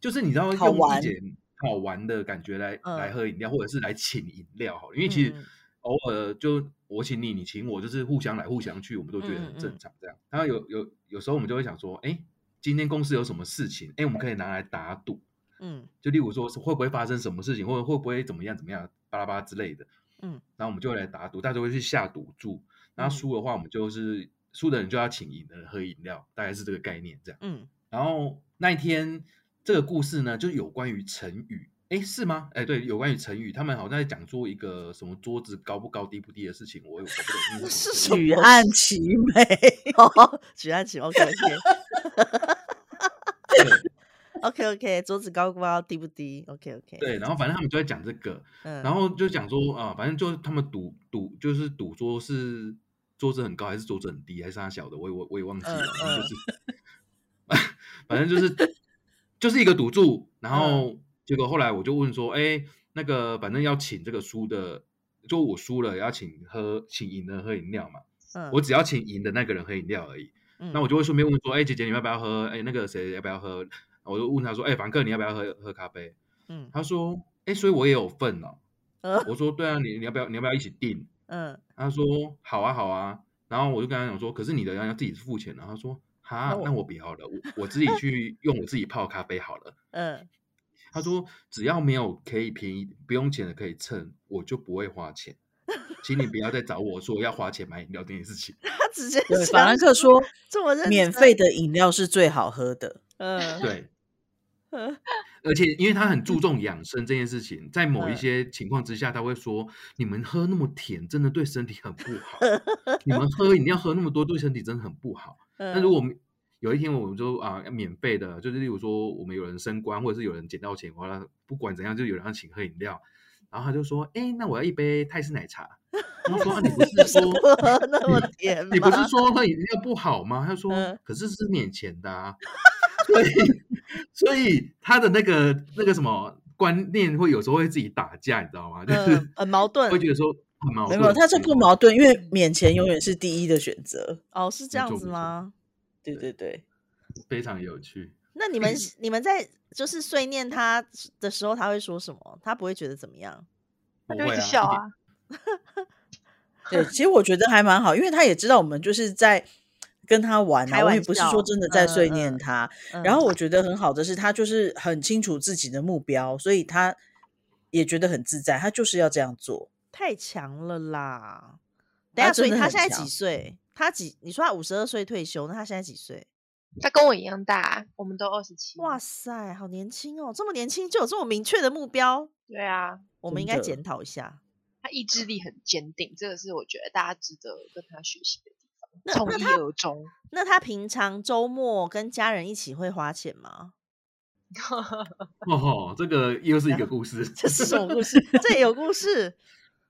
就是你知道
好
用
玩
一点好玩的感觉来、来
嗯
喝饮料，或者是来请饮料好了，因为其实
嗯嗯
偶尔就我请你，你请我，就是互相来互相去，我们都觉得
嗯
很
嗯
正
嗯
常这样。然后有有有时候我们就会想说，哎，今天公司有什么事情，哎，我们可以拿来打赌，
嗯
就例如说是会不会发生什么事情，或者会不会怎么样怎么样，巴拉巴拉之类的。
嗯
然后我们就会来打赌，大家会去下赌注。然
嗯
后输的话，我们就是输的人就要请赢的人喝饮料，大概是这个概念这样。
嗯
然后那一天这个故事呢，就有关于成语，诶，是吗？诶，对，有关于成语，他们好像在讲做一个什么桌子高不高低不低的事情，我有搞不懂
是什
什
么
么。
举案齐眉。
哦，举案起 OK OK
对
OK OK，桌子高不高，低不低？OK OK，
对，然后反正他们就在讲这个，
嗯，
然后就讲说啊、反正就是他们赌赌，就是赌桌是桌子很高还是桌子很低，还是啥小的，我也我我也忘记
嗯
了，反正就是 反正就是就是一个赌注，然
嗯
后结果后来我就问说，哎，那个反正要请这个输的，就我输了要请喝，请赢的喝饮料嘛，
嗯
我只要请赢的那个人喝饮料而已。那
那
我就会顺便问说，哎，姐姐你要不要喝？哎，那个谁要不要喝？我就问他说，哎，凡客你要不要喝喝咖啡？
嗯
他说，哎，所以我也有份 哦。
嗯
我说对啊，你你要不要你要不要一起订？
嗯，
他说好啊好啊，然后我就跟他讲说，可是你的要要自己付钱啊。他说哈，
我
那我不要了，我我自己去用我自己泡咖啡好了。
嗯，
他说只要没有可以便宜不用钱的可以蹭，我就不会花钱。请你不要再找我说要花钱买饮料这件事情。
他直接
对，
这
法
样
兰克
子
说，
这么认真
免费，的饮料是最好喝的。
嗯，
对，
嗯
而且因为他很注重养生这件事情，在某一
嗯
些情况之下，他会说：“你们喝那么甜，真的对身体很不 好。你们喝饮料喝那么多，对身体真的很不好。”那如
嗯
果我们有一天我们就啊、免费的，就是例如说我们有人升官，或者是有人捡到钱，完了不管怎样，就有人要请喝饮料，然后他就说：“哎，那我要一杯泰式奶茶。”我说、啊、你 不是
就是
说
不喝那么 甜吗？
你不是说那饮料不好吗？他说，
呃嗯
可是是免钱的啊，所以所以他的那个那个什么观念会有时候会自己打架，你知道吗？就是
嗯很矛盾
会觉得说很矛
没
盾。
有，他这不矛盾，因为免钱永远是第一的选择。
哦，是这
没
样
错
子
没错
吗？
对对对，
非常有趣。
那你们你们在就是碎念他的时候，他会说什么？他不会觉得怎么样？
不
就
会
一
啊，
直笑
一点
啊，
对，其实我觉得还蛮好，因为他也知道我们就是在跟他玩
开
啊，我也
玩
不是
笑
说真的在碎
嗯
念
嗯
他。
嗯
然后我觉得很好的是，他就是很清楚自己的目标，所以他也觉得很自在，他就是要这样做。
太强了啦！等
他
下，所
啊真
以
的
他
很
现在
强
几岁？他几？你说他五十二岁退休，那他现在几
嗯
岁？
他跟我一样大啊，我们都二十七。
哇塞，好年轻哦！这么年轻就有这么明确的目标，
对啊，
我们
真
应该
的
检讨一下。
他意志力很坚定，这个是我觉得大家值得跟他学习的地
那
方，
那
从一而终。
那他平常周末跟家人一起会花钱 吗？
哦吼，这个又是一个故事。
这是什么故事？ 这也有故事。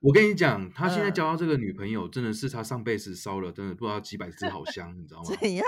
我跟你讲，他现在
嗯
交到这个女朋友，真的是他上辈子烧了，真的不知道几百支好香，你知道
哦
吗？
怎样？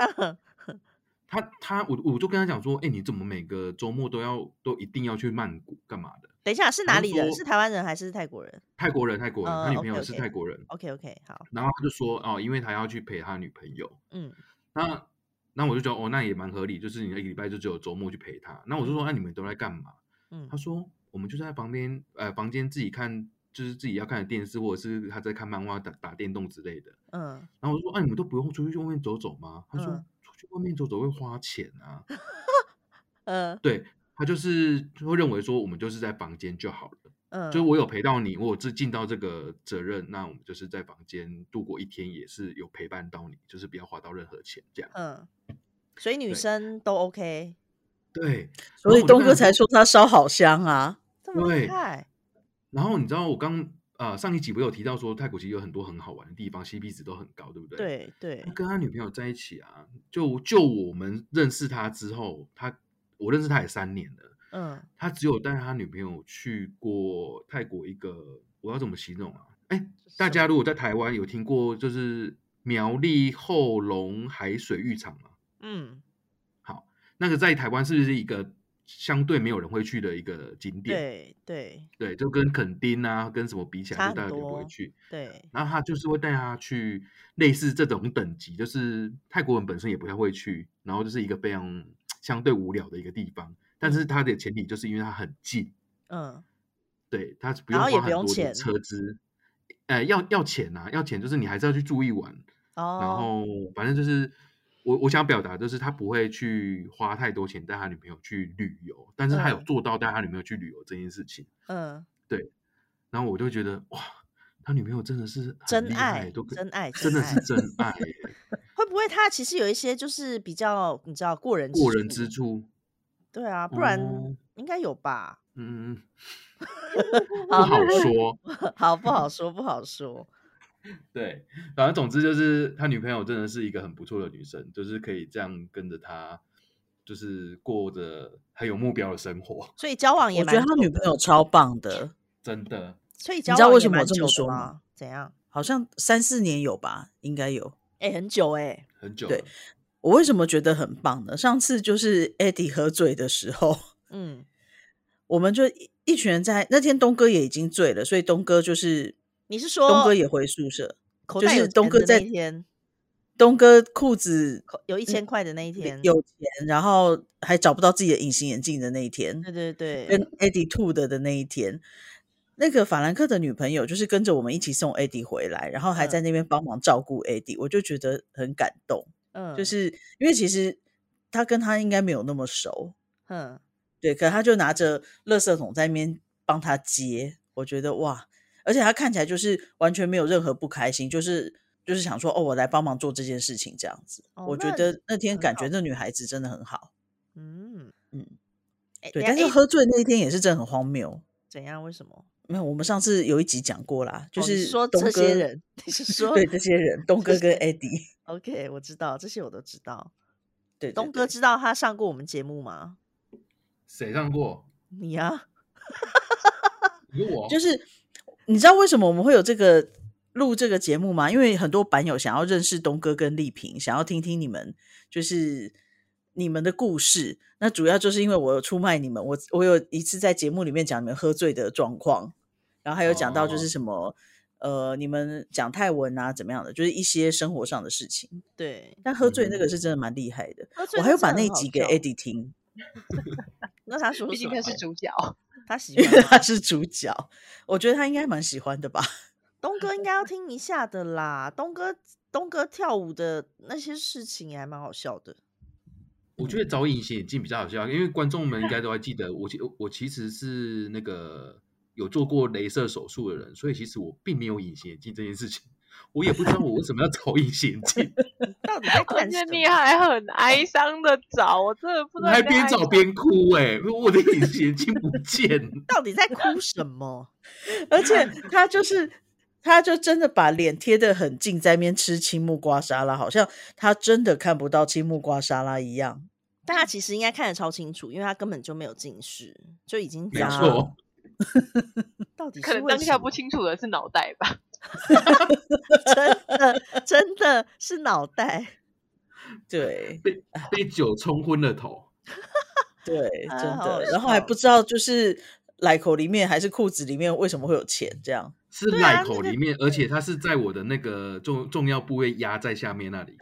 他他我我就跟他讲说，哎、你怎么每个周末都要都一定要去曼谷干嘛的？
等一下，是哪
他就
里人？
说
是台湾人还是泰国人
泰国人，泰国人，
呃
他女朋友是
OK，OK
泰国人。
？OK OK，好，
然后他就说，哦，因为他要去陪他女朋友。
嗯
那那我就觉得，哦，那也蛮合理，就是你一个礼拜就只有周末去陪他。那我就说，啊那、你们都在干嘛？
嗯
他，说，我们就在旁边，呃，房间自己看，就是自己要看的电视，或者是他在看漫画、打打电动之类的。
嗯，
然后我就说，啊，你们都不用出去外面走走吗？他说，
嗯
出去外面走走会花钱啊。
呃，
对他就是会认为说，我们就是在房间就好了。
嗯，
就是我有陪到你，我有尽尽到这个责任，那我们就是在房间度过一天，也是有陪伴到你，就是不要花到任何钱这样。
嗯，所以女
对
生都 OK，
对，然后
哦
所以
我就
东
跟
哥
他
才说他烧好香啊，
这么厉
对
害，
然后你知道我刚呃上一集我有提到说，泰国其实有很多很好玩的地方，CP 值都很高，对不对？。
对对
他，跟他女朋友在一起啊，就就我们认识他之后，他我认识他也三年了，
嗯，
他只有带他女朋友去过泰国一个，我要怎么形容啊？哎，大家如果在台湾有听过，就是苗栗后龙海水浴场吗？
嗯，
那个在台湾是不是一个相对没有人会去的一个景点？
对对
对，就跟垦丁啊，跟什么比起
差
来，就大
很
家就不会
多
去。
对，
然后他就是会带他去类似这种等级，就是泰国人本身也不太会去，然后就是一个非常相对无聊的一个地方。但是它的前提就是因为它很近，
嗯，
对，它是不
然
用
后也
花
不
很
用
多
钱
的车资，呃，要要钱啊，要钱就是你还是要去住一晚，然
哦，
后反正就是我我想表达就是他不会去花太多钱带他女朋友去旅游，但是他有
嗯
做到带他女朋友去旅游这件事情，
嗯，
然后我就觉得哇，他女朋友真的是很
真
厉
爱
害，都，可
真爱，
真的
爱
是真爱耶
会不会他其实有一些就是比较你知道过人
过人之处，
对啊，不然
哦
应该有吧？哦
嗯，不
好，
好 说。
好不好说，不好说。
对，反正总之就是他女朋友真的是一个很不错的女生，就是可以这样跟着他，就是过着很有目标的生活，
所以交往也
我觉得
蛮
他
久
女朋
的
友，超棒的，
真的。
所以交
知道
往
为
也
什么
蛮
我这
久
么
的
说吗
吗？怎样？
好像三四年有吧，应该有。
哎，很久哎，
很久
对
了，
我为什么觉得很棒呢？上次就是 Eddie 喝醉的时候，
嗯
我们就一一群人在那天东哥也已经醉了，所以东哥就是
你是说
东哥也回宿舍，
口
就
袋有
是东
钱
哥
的
在
那一天，
东哥裤子
口有一千块的那一天，
嗯有钱，然后还找不到自己的隐形眼镜的那一天，
对对对
跟 Eddie 吐的的那一天。那个法兰克的女朋友就是跟着我们一起送 Eddie 回来，然后还
嗯
在那边帮忙照顾 Eddie，、我就觉得很感动。
嗯，
就是因为其实他跟他应该没有那么熟，
嗯，
对，可他就拿着垃圾桶在那边帮他接，我觉得哇，而且他看起来就是完全没有任何不开心，就是就是想说哦，我来帮忙做这件事情这样子。
哦
我觉
那
得那天
很
感
好
觉那女孩子真的很好，
嗯
嗯
哎，
对，
等
但
下
是
哎
喝醉那一天也是真的很荒谬。
怎样？为什么？
没有，我们上次有一集讲过啦，就
哦你
是、
说这些人，，你 是说
对这些人，东
这
哥跟
些
Eddie，
OK，我知道这些我都知道。
对对
东哥
对
知道他上过我们节目吗？
谁上过？
你啊，
有我
就是你知道为什么我们会有这个录这个节目嘛，因为很多版友想要认识东哥跟丽萍，想要听听你们就是你们的故事。那主要就是因为我有出卖你们，我我有一次在节目里面讲你们喝醉的状况，然后还有讲到
哦
就是什么、呃，你们讲泰文啊怎么样的，就是一些生活上的事情。
对，
但喝醉那个是真的蛮厉害的，
喝醉
我还有
真的
把
很
那
好
集给
笑
Eddie 听，
那他说
毕
什
竟
么
他是主角，
他喜
因为
欢
他是主角，我觉得他应该蛮喜欢的吧。
东哥应该要听一下的啦。东哥东哥跳舞的那些事情也还蛮好笑的。
我觉得找隐形眼镜比较好笑，因为观众们应该都还记得我其我其实是那个有做过镭射手术的人，所以其实我并没有隐形眼镜这件事情，我也不知道我为什么要找隐形眼镜，
到底在
而
看
且
什
你
么
还很哀伤的找，我真的不知
我
道
还
你在
边
哀
找
伤
边哭哎、我的隐形眼镜不见。
到底在 哭什么？
而且他就是，他就真的把脸贴得很近，在那边吃青木瓜沙拉，好像他真的看不到青木瓜沙拉一样。
但他其实应该看得超清楚，因为他根本就没有近视，就已经
没
知道
错，
到底
可
是
能
为
当
什
下不
么
清楚的是脑袋吧。
真的真的是脑袋，
对
被被酒冲昏了头。
对，
啊
真
好
的
好。
然后还
笑
不知道就是奶口里面还是裤子里面为什么会有钱这样。
是
对啊
赖口
那个
里面，而且它是在我的那个重重要部位压在下面那里。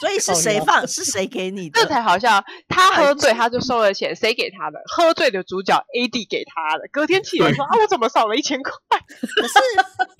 所以是
好
谁
聊
放？是谁给你
这
的？
才好笑，他
哎
喝醉他就收了钱，谁给他的？喝醉的主角 AD 给他的。隔天起来
对
说啊，我怎么少了一千块？
可 是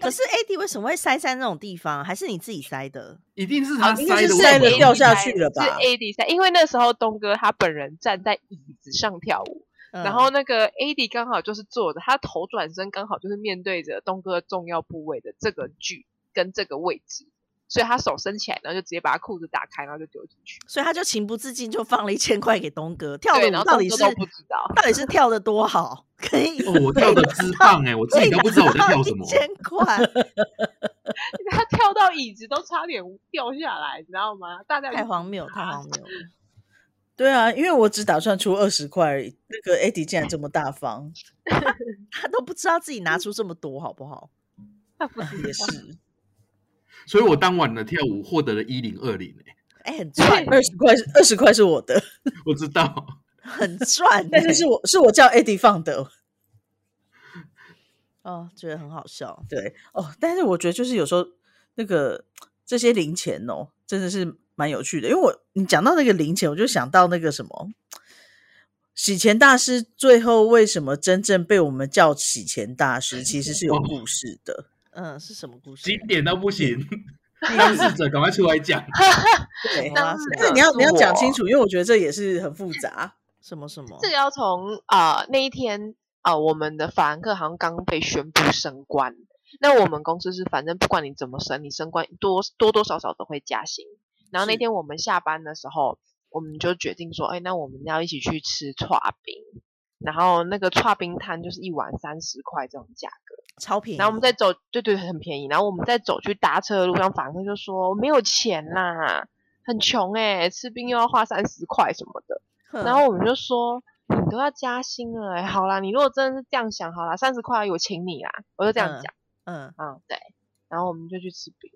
可是 AD 为什么会塞在那种地方？还是你自己塞的？
一定是
啊
他
应该
塞
是
的，
塞
为
了
什么
掉下去了吧
是 AD 塞，因为那时候东哥他本人站在椅子上跳舞，然后
嗯
那个 AD 刚好就是坐着，他头转身刚好就是面对着东哥重要部位的这个距跟这个位置，所以他手伸起来，然后就直接把他裤子打开，然后就丢进去。
所以他就情不自禁就放了一千块给东哥跳的
对，
舞
然后
到底
东
是
哥都不知道。
到底是跳的多好，可以
哦，我跳的之棒哎、我自己都不知道我在跳什么
一。千块，
他跳到椅子都差点掉下来，你知道吗？大家
太荒谬，太荒谬 了！
对啊，因为我只打算出二十块而已，那个 Eddie 竟然这么大方，
他都不知道自己拿出这么多，好不好？
也是
所以我当晚的跳舞获得了一零二零哎，
哎、 很赚欸、
二十块是，二十块是我的，
我知道。
很赚欸、
但是是我是我叫 Eddie 放的。
哦，觉得很好笑。
对哦，但是我觉得就是有时候那个这些零钱哦，真的是蛮有趣的。因为我你讲到那个零钱，我就想到那个什么洗钱大师，最后为什么真正被我们叫洗钱大师，其实是有
哦
故事的。
嗯，是什么故事
经？典到不行， 当事者赶快出来 讲。
对，
当
当
时
这你要你要讲清
楚。
楚，因为我觉得这也是很复杂。
什么什
哦
么？
这个要从啊、呃那一天啊、呃我们的法兰克好像刚被宣布升官。那我们公司是反正不管你怎么升，你升官多多多少少都会加薪。然后那
是
天我们下班的时候，我们就决定说，哎，那我们要一起去吃串冰。然后那个串冰摊就是一碗三十块这种价格。
超便宜。
然后我们再走，对对，很便宜。然后我们再走去搭车的路上，法兰克就说没有钱啦，很穷哎、吃冰又要花三十块什么的。
哼，
然后我们就说你都要加薪了、欸，好啦，你如果真的是这样想，好啦，三十块我请你啦，我就这样
嗯
讲，
嗯，
嗯对。然后我们就去吃冰，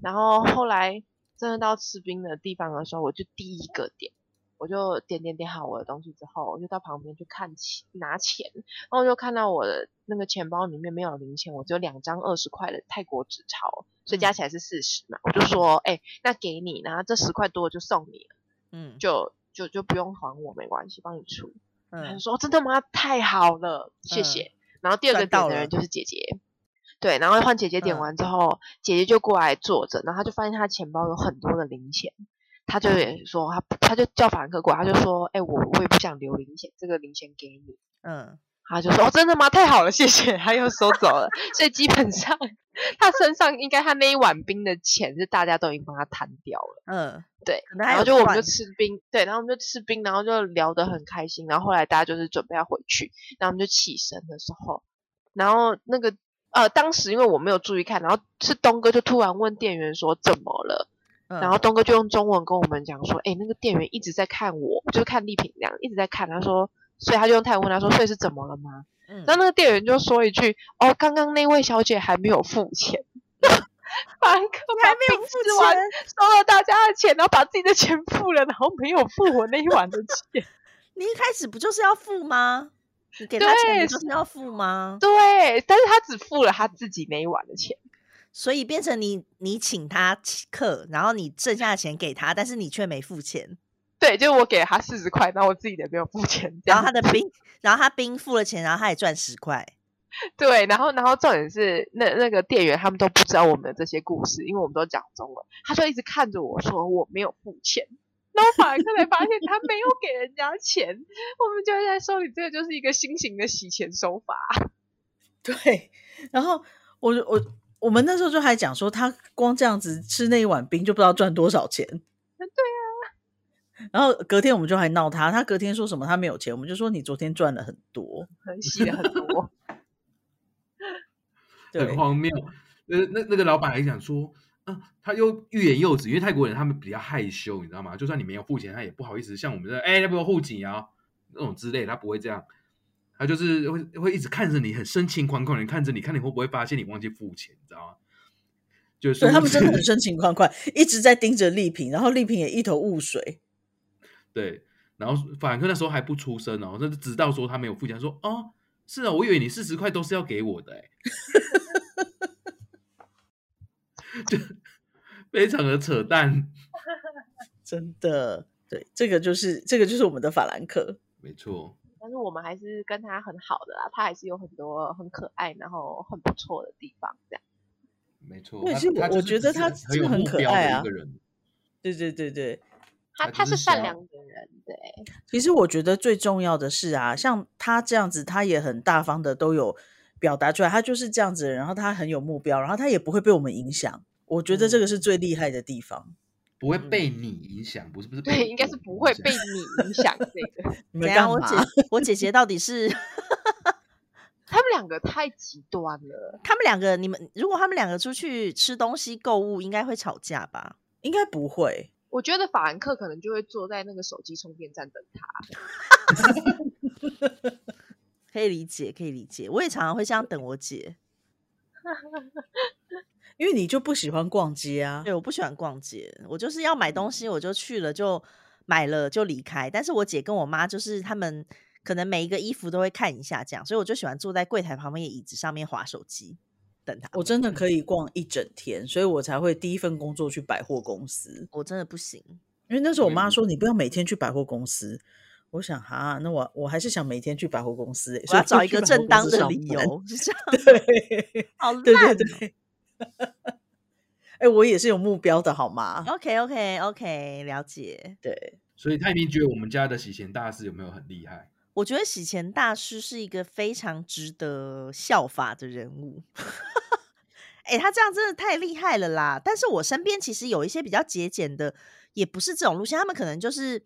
然后后来真的到吃冰的地方的时候，我就第一个点，我就点点点好我的东西之后，我就到旁边去看钱拿钱，然后我就看到我的那个钱包里面没有零钱，我只有两张二十块的泰国纸钞，所以加
嗯
起来是四十嘛，我就说，哎、那给你，然后这十块多的就送你了
嗯
就就就不用还我，没关系，帮你出。他就
嗯，
说哦真的吗？太好了，谢谢。然后第二
赚
个点
到
的
了
人就是姐姐，对，然后换姐姐点
嗯
完之后，姐姐就过来坐着，然后她就发现她钱包有很多的零钱，她就也说她她就叫法兰克过来，她就说，哎、我我也不想留零钱，这个零钱给你。
嗯，
她就说：“哦，真的吗？太好了，谢谢。”她又收走了。所以基本上， 她身上应该她那一碗冰的钱是大家都已经帮她摊掉了。
嗯，
对
可，能还
然
有
后就我们
赚
就吃冰，对，然后我们就吃冰，然后就聊得很开心，然后后来大家就是准备要回去，然后我们就起身的时候，然后那个呃，当时因为我没有注意看，然后是东哥就突然问店员说怎么了，
嗯
然后东哥就用中文跟我们讲说，哎，那个店员一直在看我，就是看丽萍那样一直在看，他说，所以他就用泰文问他说，所以是怎么了吗？
嗯
然后那个店员就说一句，哦，刚刚那位小姐还没有付钱。 马克
还
把
没有
冰
付
吃完
钱
收了大家的钱，然后把自己的钱付了，然后没有付我那一碗的钱。
你一开始不就是要付吗？你给他钱
对
不就是要付吗？
对，但是他只付了他自己那一碗的钱。
所以变成你你请他请客，然后你剩下的钱给他，但是你却没付钱，
对，就是我给了他四十块，然后我自己的没有付钱， 这
然
样
后他的冰，然后他冰付了钱，然后他也赚十块。
对，然后然后重点是那那个店员他们都不知道我们的这些故事，因为我们都讲中文，他就一直看着我说我没有付钱。然后马克才发现他没有给人家钱，我们就在说你这个就是一个新型的洗钱手法。
对，然后我我我们那时候就还讲说，他光这样子吃那一碗冰就不知道赚多少钱。对啊。然后隔天我们就还闹他，他隔天说什么他没有钱，我们就说你昨天赚了很多。
很洗的很多。
对
很，荒谬。那那那个老板还想说，啊，他又欲言又止，因为泰国人他们比较害羞，你知道吗？就算你没有付钱，他也不好意思像我们这，哎、要不要付钱啊？那种之类，他不会这样，他就是会会一直看着你，很深情款款的看着你，看你会不会发现你忘记付钱，你知道吗？就是
所以他们真的
是
很深情款款，一直在盯着丽萍，然后丽萍也一头雾水。
对，然后法兰克那时候还不出声哦，那就直到说他没有付钱，他说哦，是啊，我以为你四十块都是要给我的、欸， 就非常的扯淡，
真的，对，这个就是这个就是我们的法兰克，
没错，
但是我们还是跟他很好的啦，他还是有很多很可爱，然后很不错的地方。这样，
没错。
对
他
其实
他
我
就
我
是
觉
只
得
是
他
很
真
有
的很
目
可
标
爱
的
啊
一个人，
对对对对。
他
他
他
就是是
善
想
良的人，对，
其实我觉得最重要的是啊，像他这样子，他也很大方的都有表达出来，他就是这样子的人，然后他很有目标，然后他也不会被我们影响。我觉得这个是最厉害的地方。
不会
嗯
被你影响，不是不是被
对，应该
我
是不
影
会
响
被你影响这个。
你
怎
们
样？
干
我
嘛
姐？我姐姐到底是
他们两个太极端了，
他们两个？你们如果他们两个出去吃东西购物，应该会吵架吧？
应该不会。
我觉得法兰克可能就会坐在那个手机充电站等他。
可以理解，可以理解。我也常常会这样等我姐。
因为你就不喜欢逛街啊，
对，我不喜欢逛街，我就是要买
嗯
东西，我就去了就买了就离开。但是我姐跟我妈就是他们可能每一个衣服都会看一下这样，所以我就喜欢坐在柜台旁边的椅子上面划手机等她。
我真的可以逛一整天，所以我才会第一份工作去百货公司。
我真的不行，
因为那时候我妈
嗯
说你不要每天去百货公司，我想哈，那我我还是想每天去百货公司欸、
我
所以
要找
就
一
去
个
百货
正
公
当
司
的
上
理
班。
由，是 这样，
对
好 烂、
对对对。哎、我也是有目标的，好吗？
OK OK OK，了解。
对，
所以他一定觉得我们家的洗钱大师有没有很厉害？
我觉得洗钱大师是一个非常值得效法的人物。 哎、他这样真的太厉害了啦！但是我身边其实有一些比较节俭的，也不是这种路线，他们可能就是，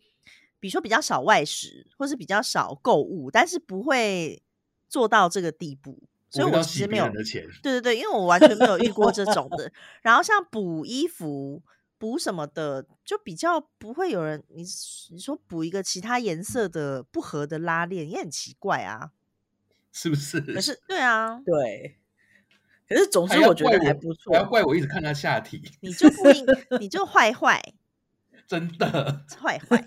比如说比较少外食，或是比较少购物，但是不会做到这个地步。所以
不会
我
到
其
洗
实没
别
有
人的钱，
对对对，因为我完全没有遇过这种的。然后像补衣服、补什么的，就比较不会有人。你是你说补一个其他颜色的不合的拉链也很奇怪啊。
是不是？
可是对啊，
对。可是总之
还要
我觉
怪
得还不错
还。要怪我一直看他下体，
你就 不应，你就坏坏
真的。
坏坏。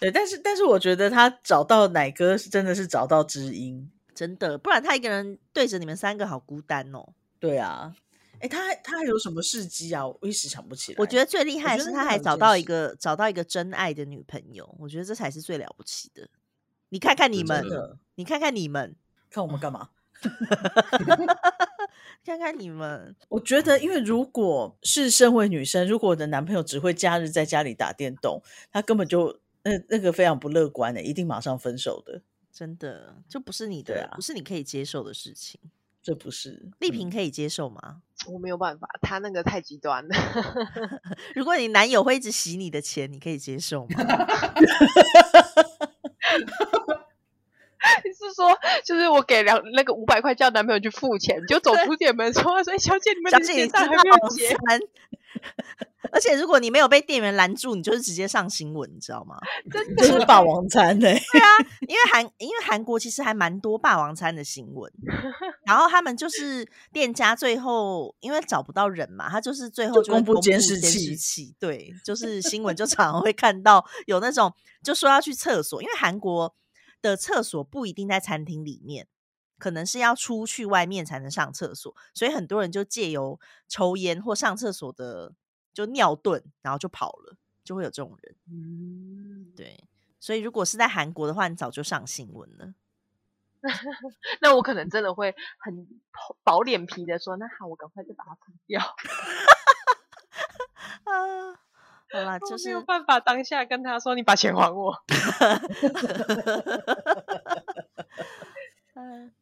对，但是但是我觉得他找到奶哥是真的是找到知音。
真的，不然他一个人对着你们三个好孤单哦。
对啊，哎，他还他还有什么事迹啊？我一时想不起来。
我觉得最厉
我
害
觉
的是
得
他
那
还
有一
找
件
到一
事
个找到一个真爱的女朋友，我觉得这才是最了不起的。你看看你
真
们
真，的
你看看你们，
嗯看我们干嘛？
看看你们，
我觉得，因为如果是身为女生，如果我的男朋友只会假日在家里打电动，他根本就那那个非常不乐观的、一定马上分手的。
真的就不是你
对
的，
啊
不是你可以接受的事情。
这不是
丽
嗯
萍可以接受吗？
我没有办法，他那个太极端了。
如果你男友会一直洗你的钱，你可以接受吗？
你是说，就是我给两那个五百块叫男朋友去付钱，就走出店门说：“哎，小姐，你们
小
的
姐，
结
你知
账
道
还没有结。
三 而且如果你没有被店员拦住，你就是直接上新闻，你知道吗？
真
这是
的
霸王餐呢、
对啊，因为韩因为韩国其实还蛮多霸王餐的新闻，然后他们就是店家最后因为找不到人嘛，他就是最后
就
就会
公布监视器
器，对，就是新闻就常常会看到有那种就说要去厕所，因为韩国的厕所不一定在餐厅里面。可能是要出去外面才能上厕所，所以很多人就借由抽烟或上厕所的就尿遁，然后就跑了，就会有这种人。
嗯
对，所以如果是在韩国的话，你早就上新闻了。
那我可能真的会很薄脸皮的说，那好，我赶快再把它吞掉。
啊，好
哦
啦，
我
就
没
是
有办法当下跟他说，你把钱还我。
嗯、呃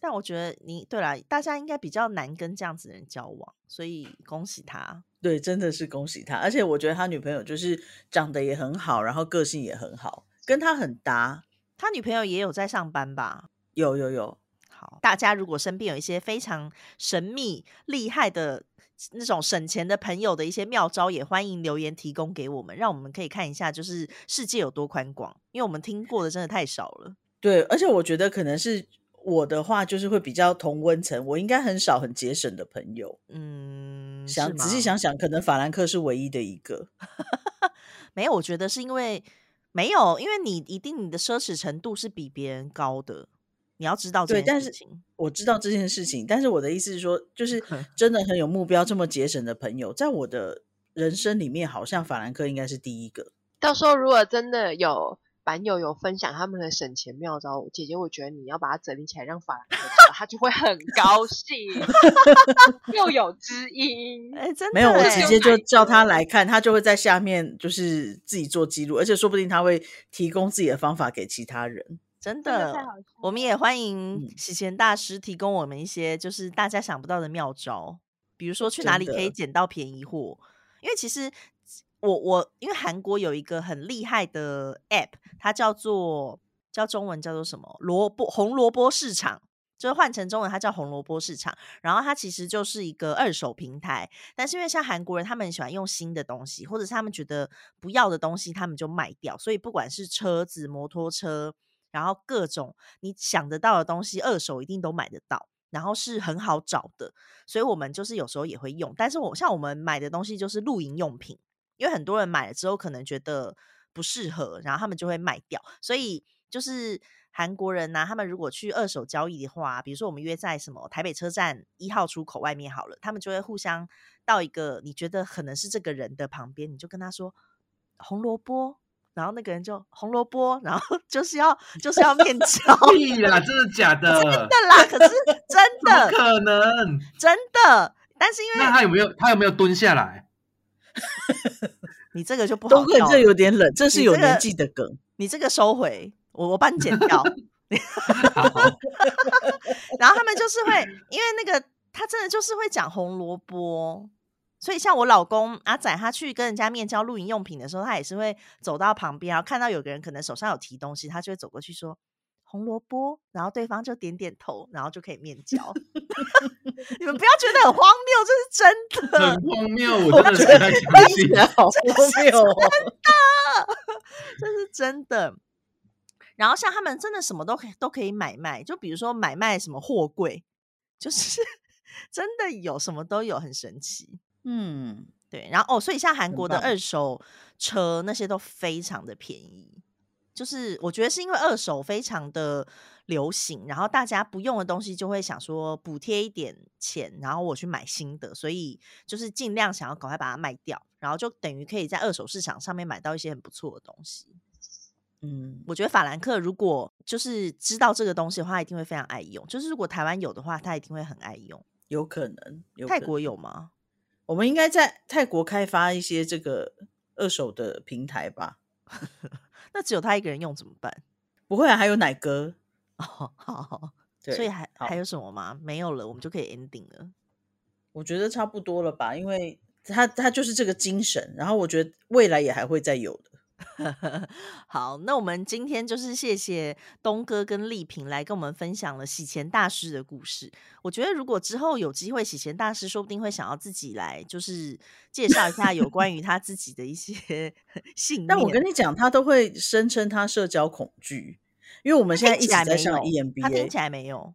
但我觉得你对啦，大家应该比较难跟这样子的人交往，所以恭喜他。
对，真的是恭喜他，而且我觉得他女朋友就是长得也很好，然后个性也很好，跟他很搭。
他女朋友也有在上班吧？
有有有，
好，大家如果身边有一些非常神秘、厉害的那种省钱的朋友的一些妙招，也欢迎留言提供给我们，让我们可以看一下，就是世界有多宽广，因为我们听过的真的太少了。
对，而且我觉得可能是我的话，就是会比较同温层，我应该很少很节省的朋友。
嗯，是
想仔细
吗
想想，可能法兰克是唯一的一个。
没有，我觉得是因为没有，因为你一定你的奢侈程度是比别人高的，你要知道这
对
件
但
事
是
情
我知道这件事情，但是我的意思是说，就是 真的很有目标、这么节省的朋友，在我的人生里面，好像法兰克应该是第一个。
到时候如果真的有版友有分享他们的省钱妙招，姐姐，我觉得你要把它整理起来，让法兰克知道，他就会很高 兴，又有知音。
哎、真的
没有，我
欸
直接就叫他来看，他就会在下面就是自己做记录，而且说不定他会提供自己的方法给其他人。
真
真的太
的
好笑，
我们也欢迎
嗯
洗钱大师提供我们一些就是大家想不到的妙招，比如说去哪
真
里可以
的
捡到便宜货，因为其实我我因为韩国有一个很厉害的 app，它叫做叫中文叫做什么萝卜红萝卜市场。就是换成中文，它叫红萝卜市场。然后它其实就是一个二手平台，但是因为像韩国人，他们很喜欢用新的东西，或者是他们觉得不要的东西，他们就卖掉。所以不管是车子、摩托车，然后各种你想得到的东西，二手一定都买得到，然后是很好找的。所以我们就是有时候也会用，但是我像我们买的东西就是露营用品，因为很多人买了之后可能觉得不适合，然后他们就会卖掉。所以就是韩国人呐、他们如果去二手交易的话，比如说我们约在什么台北车站一号出口外面好了，他们就会互相到一个你觉得可能是这个人的旁边，你就跟他说红萝卜。然后那个人就红萝卜，然后 就是要就是要面 交
哦
屁啦，真的假的？真的
的啦，可是真
怎
的
么可能？
真的，但是因
那
为
他有没有他有没有蹲下来？
你这个就不好
东哥，你
笑
哦这
了
有点冷，这是
哦你
有
这个
年纪的 梗。
你这个收回，我我帮你剪 掉。
好
然后他们就是会，因为那个他真的就是会讲红萝卜，所以像我老公阿仔，他去跟人家面交露营用品的时候，他也是会走到旁边，然后看到有个人可能手上有提东西，他就会走过去说。红萝卜，然后对方就点点头，然后就可以面交。 你们不要觉得很荒谬，这是真的。
很荒谬，我真的不太 相
听
信
起。来好荒谬哦！
这是真的。然后像他们真的什么都可以都可以买卖，就比如说买卖什么货柜，就是 真的有什么都有，很神奇。
嗯，
对，然后哦，所以像韩
很
国的
棒
二手车那些都非常的便宜，就是我觉得是因为二手非常的流行，然后大家不用的东西就会想说补贴一点钱，然后我去买新的，所以就是尽量想要赶快把它卖掉，然后就等于可以在二手市场上面买到一些很不错的东西。
嗯，
我觉得法兰克如果就是知道这个东西的话，他一定会非常爱用。就是如果台湾有的话，他一定会很爱用。
有可能。有
泰
可
国
能
有吗？
我们应该在泰国开发一些这个二手的平台吧？
那只有他一个人用怎么办？
不会、啊，还有奶哥。
哦，好好，
对，
所以还
好
还有什么吗？没有了，我们就可以 ending 了。
我觉得差不多了吧，因为他他就是这个精神，然后我觉得未来也还会再有的。
好，那我们今天就是谢谢东哥跟丽萍来跟我们分享了洗钱大师的故事。我觉得如果之后有机会，洗钱大师说不定会想要自己来，就是介绍一下有关于他自己的一些 信念。
但我跟你讲，他都会声称他社交恐惧，因为我们现在一直在上 E
他听起来没有他听起
EMBA，
来没有，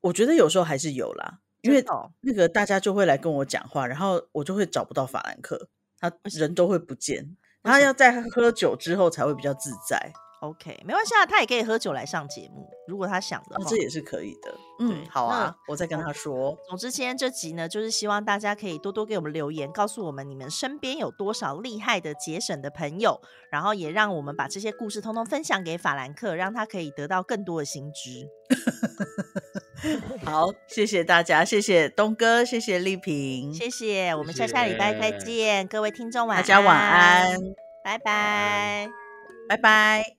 我觉得有时候还是有啦，因为
真的哦
那个大家就会来跟我讲话，然后我就会找不到法兰克，他人都会不见，他要在喝酒之后才会比较自在，
OK，没关系啊，他也可以喝酒来上节目，如果他想的
那
话。
哦这也是可以的。嗯，
哦对
好啊，我再跟
那
他说。
总之，今天这集呢，就是希望大家可以多多给我们留言，告诉我们你们身边有多少厉害的节省的朋友，然后也让我们把这些故事通通分享给法兰克，让他可以得到更多的新知。
好，谢谢大家，谢谢东哥，谢谢丽萍，
谢谢，我们下下礼拜再
谢谢
见，各位听众晚
大
安，
家晚安，，
拜
安
拜。
拜拜。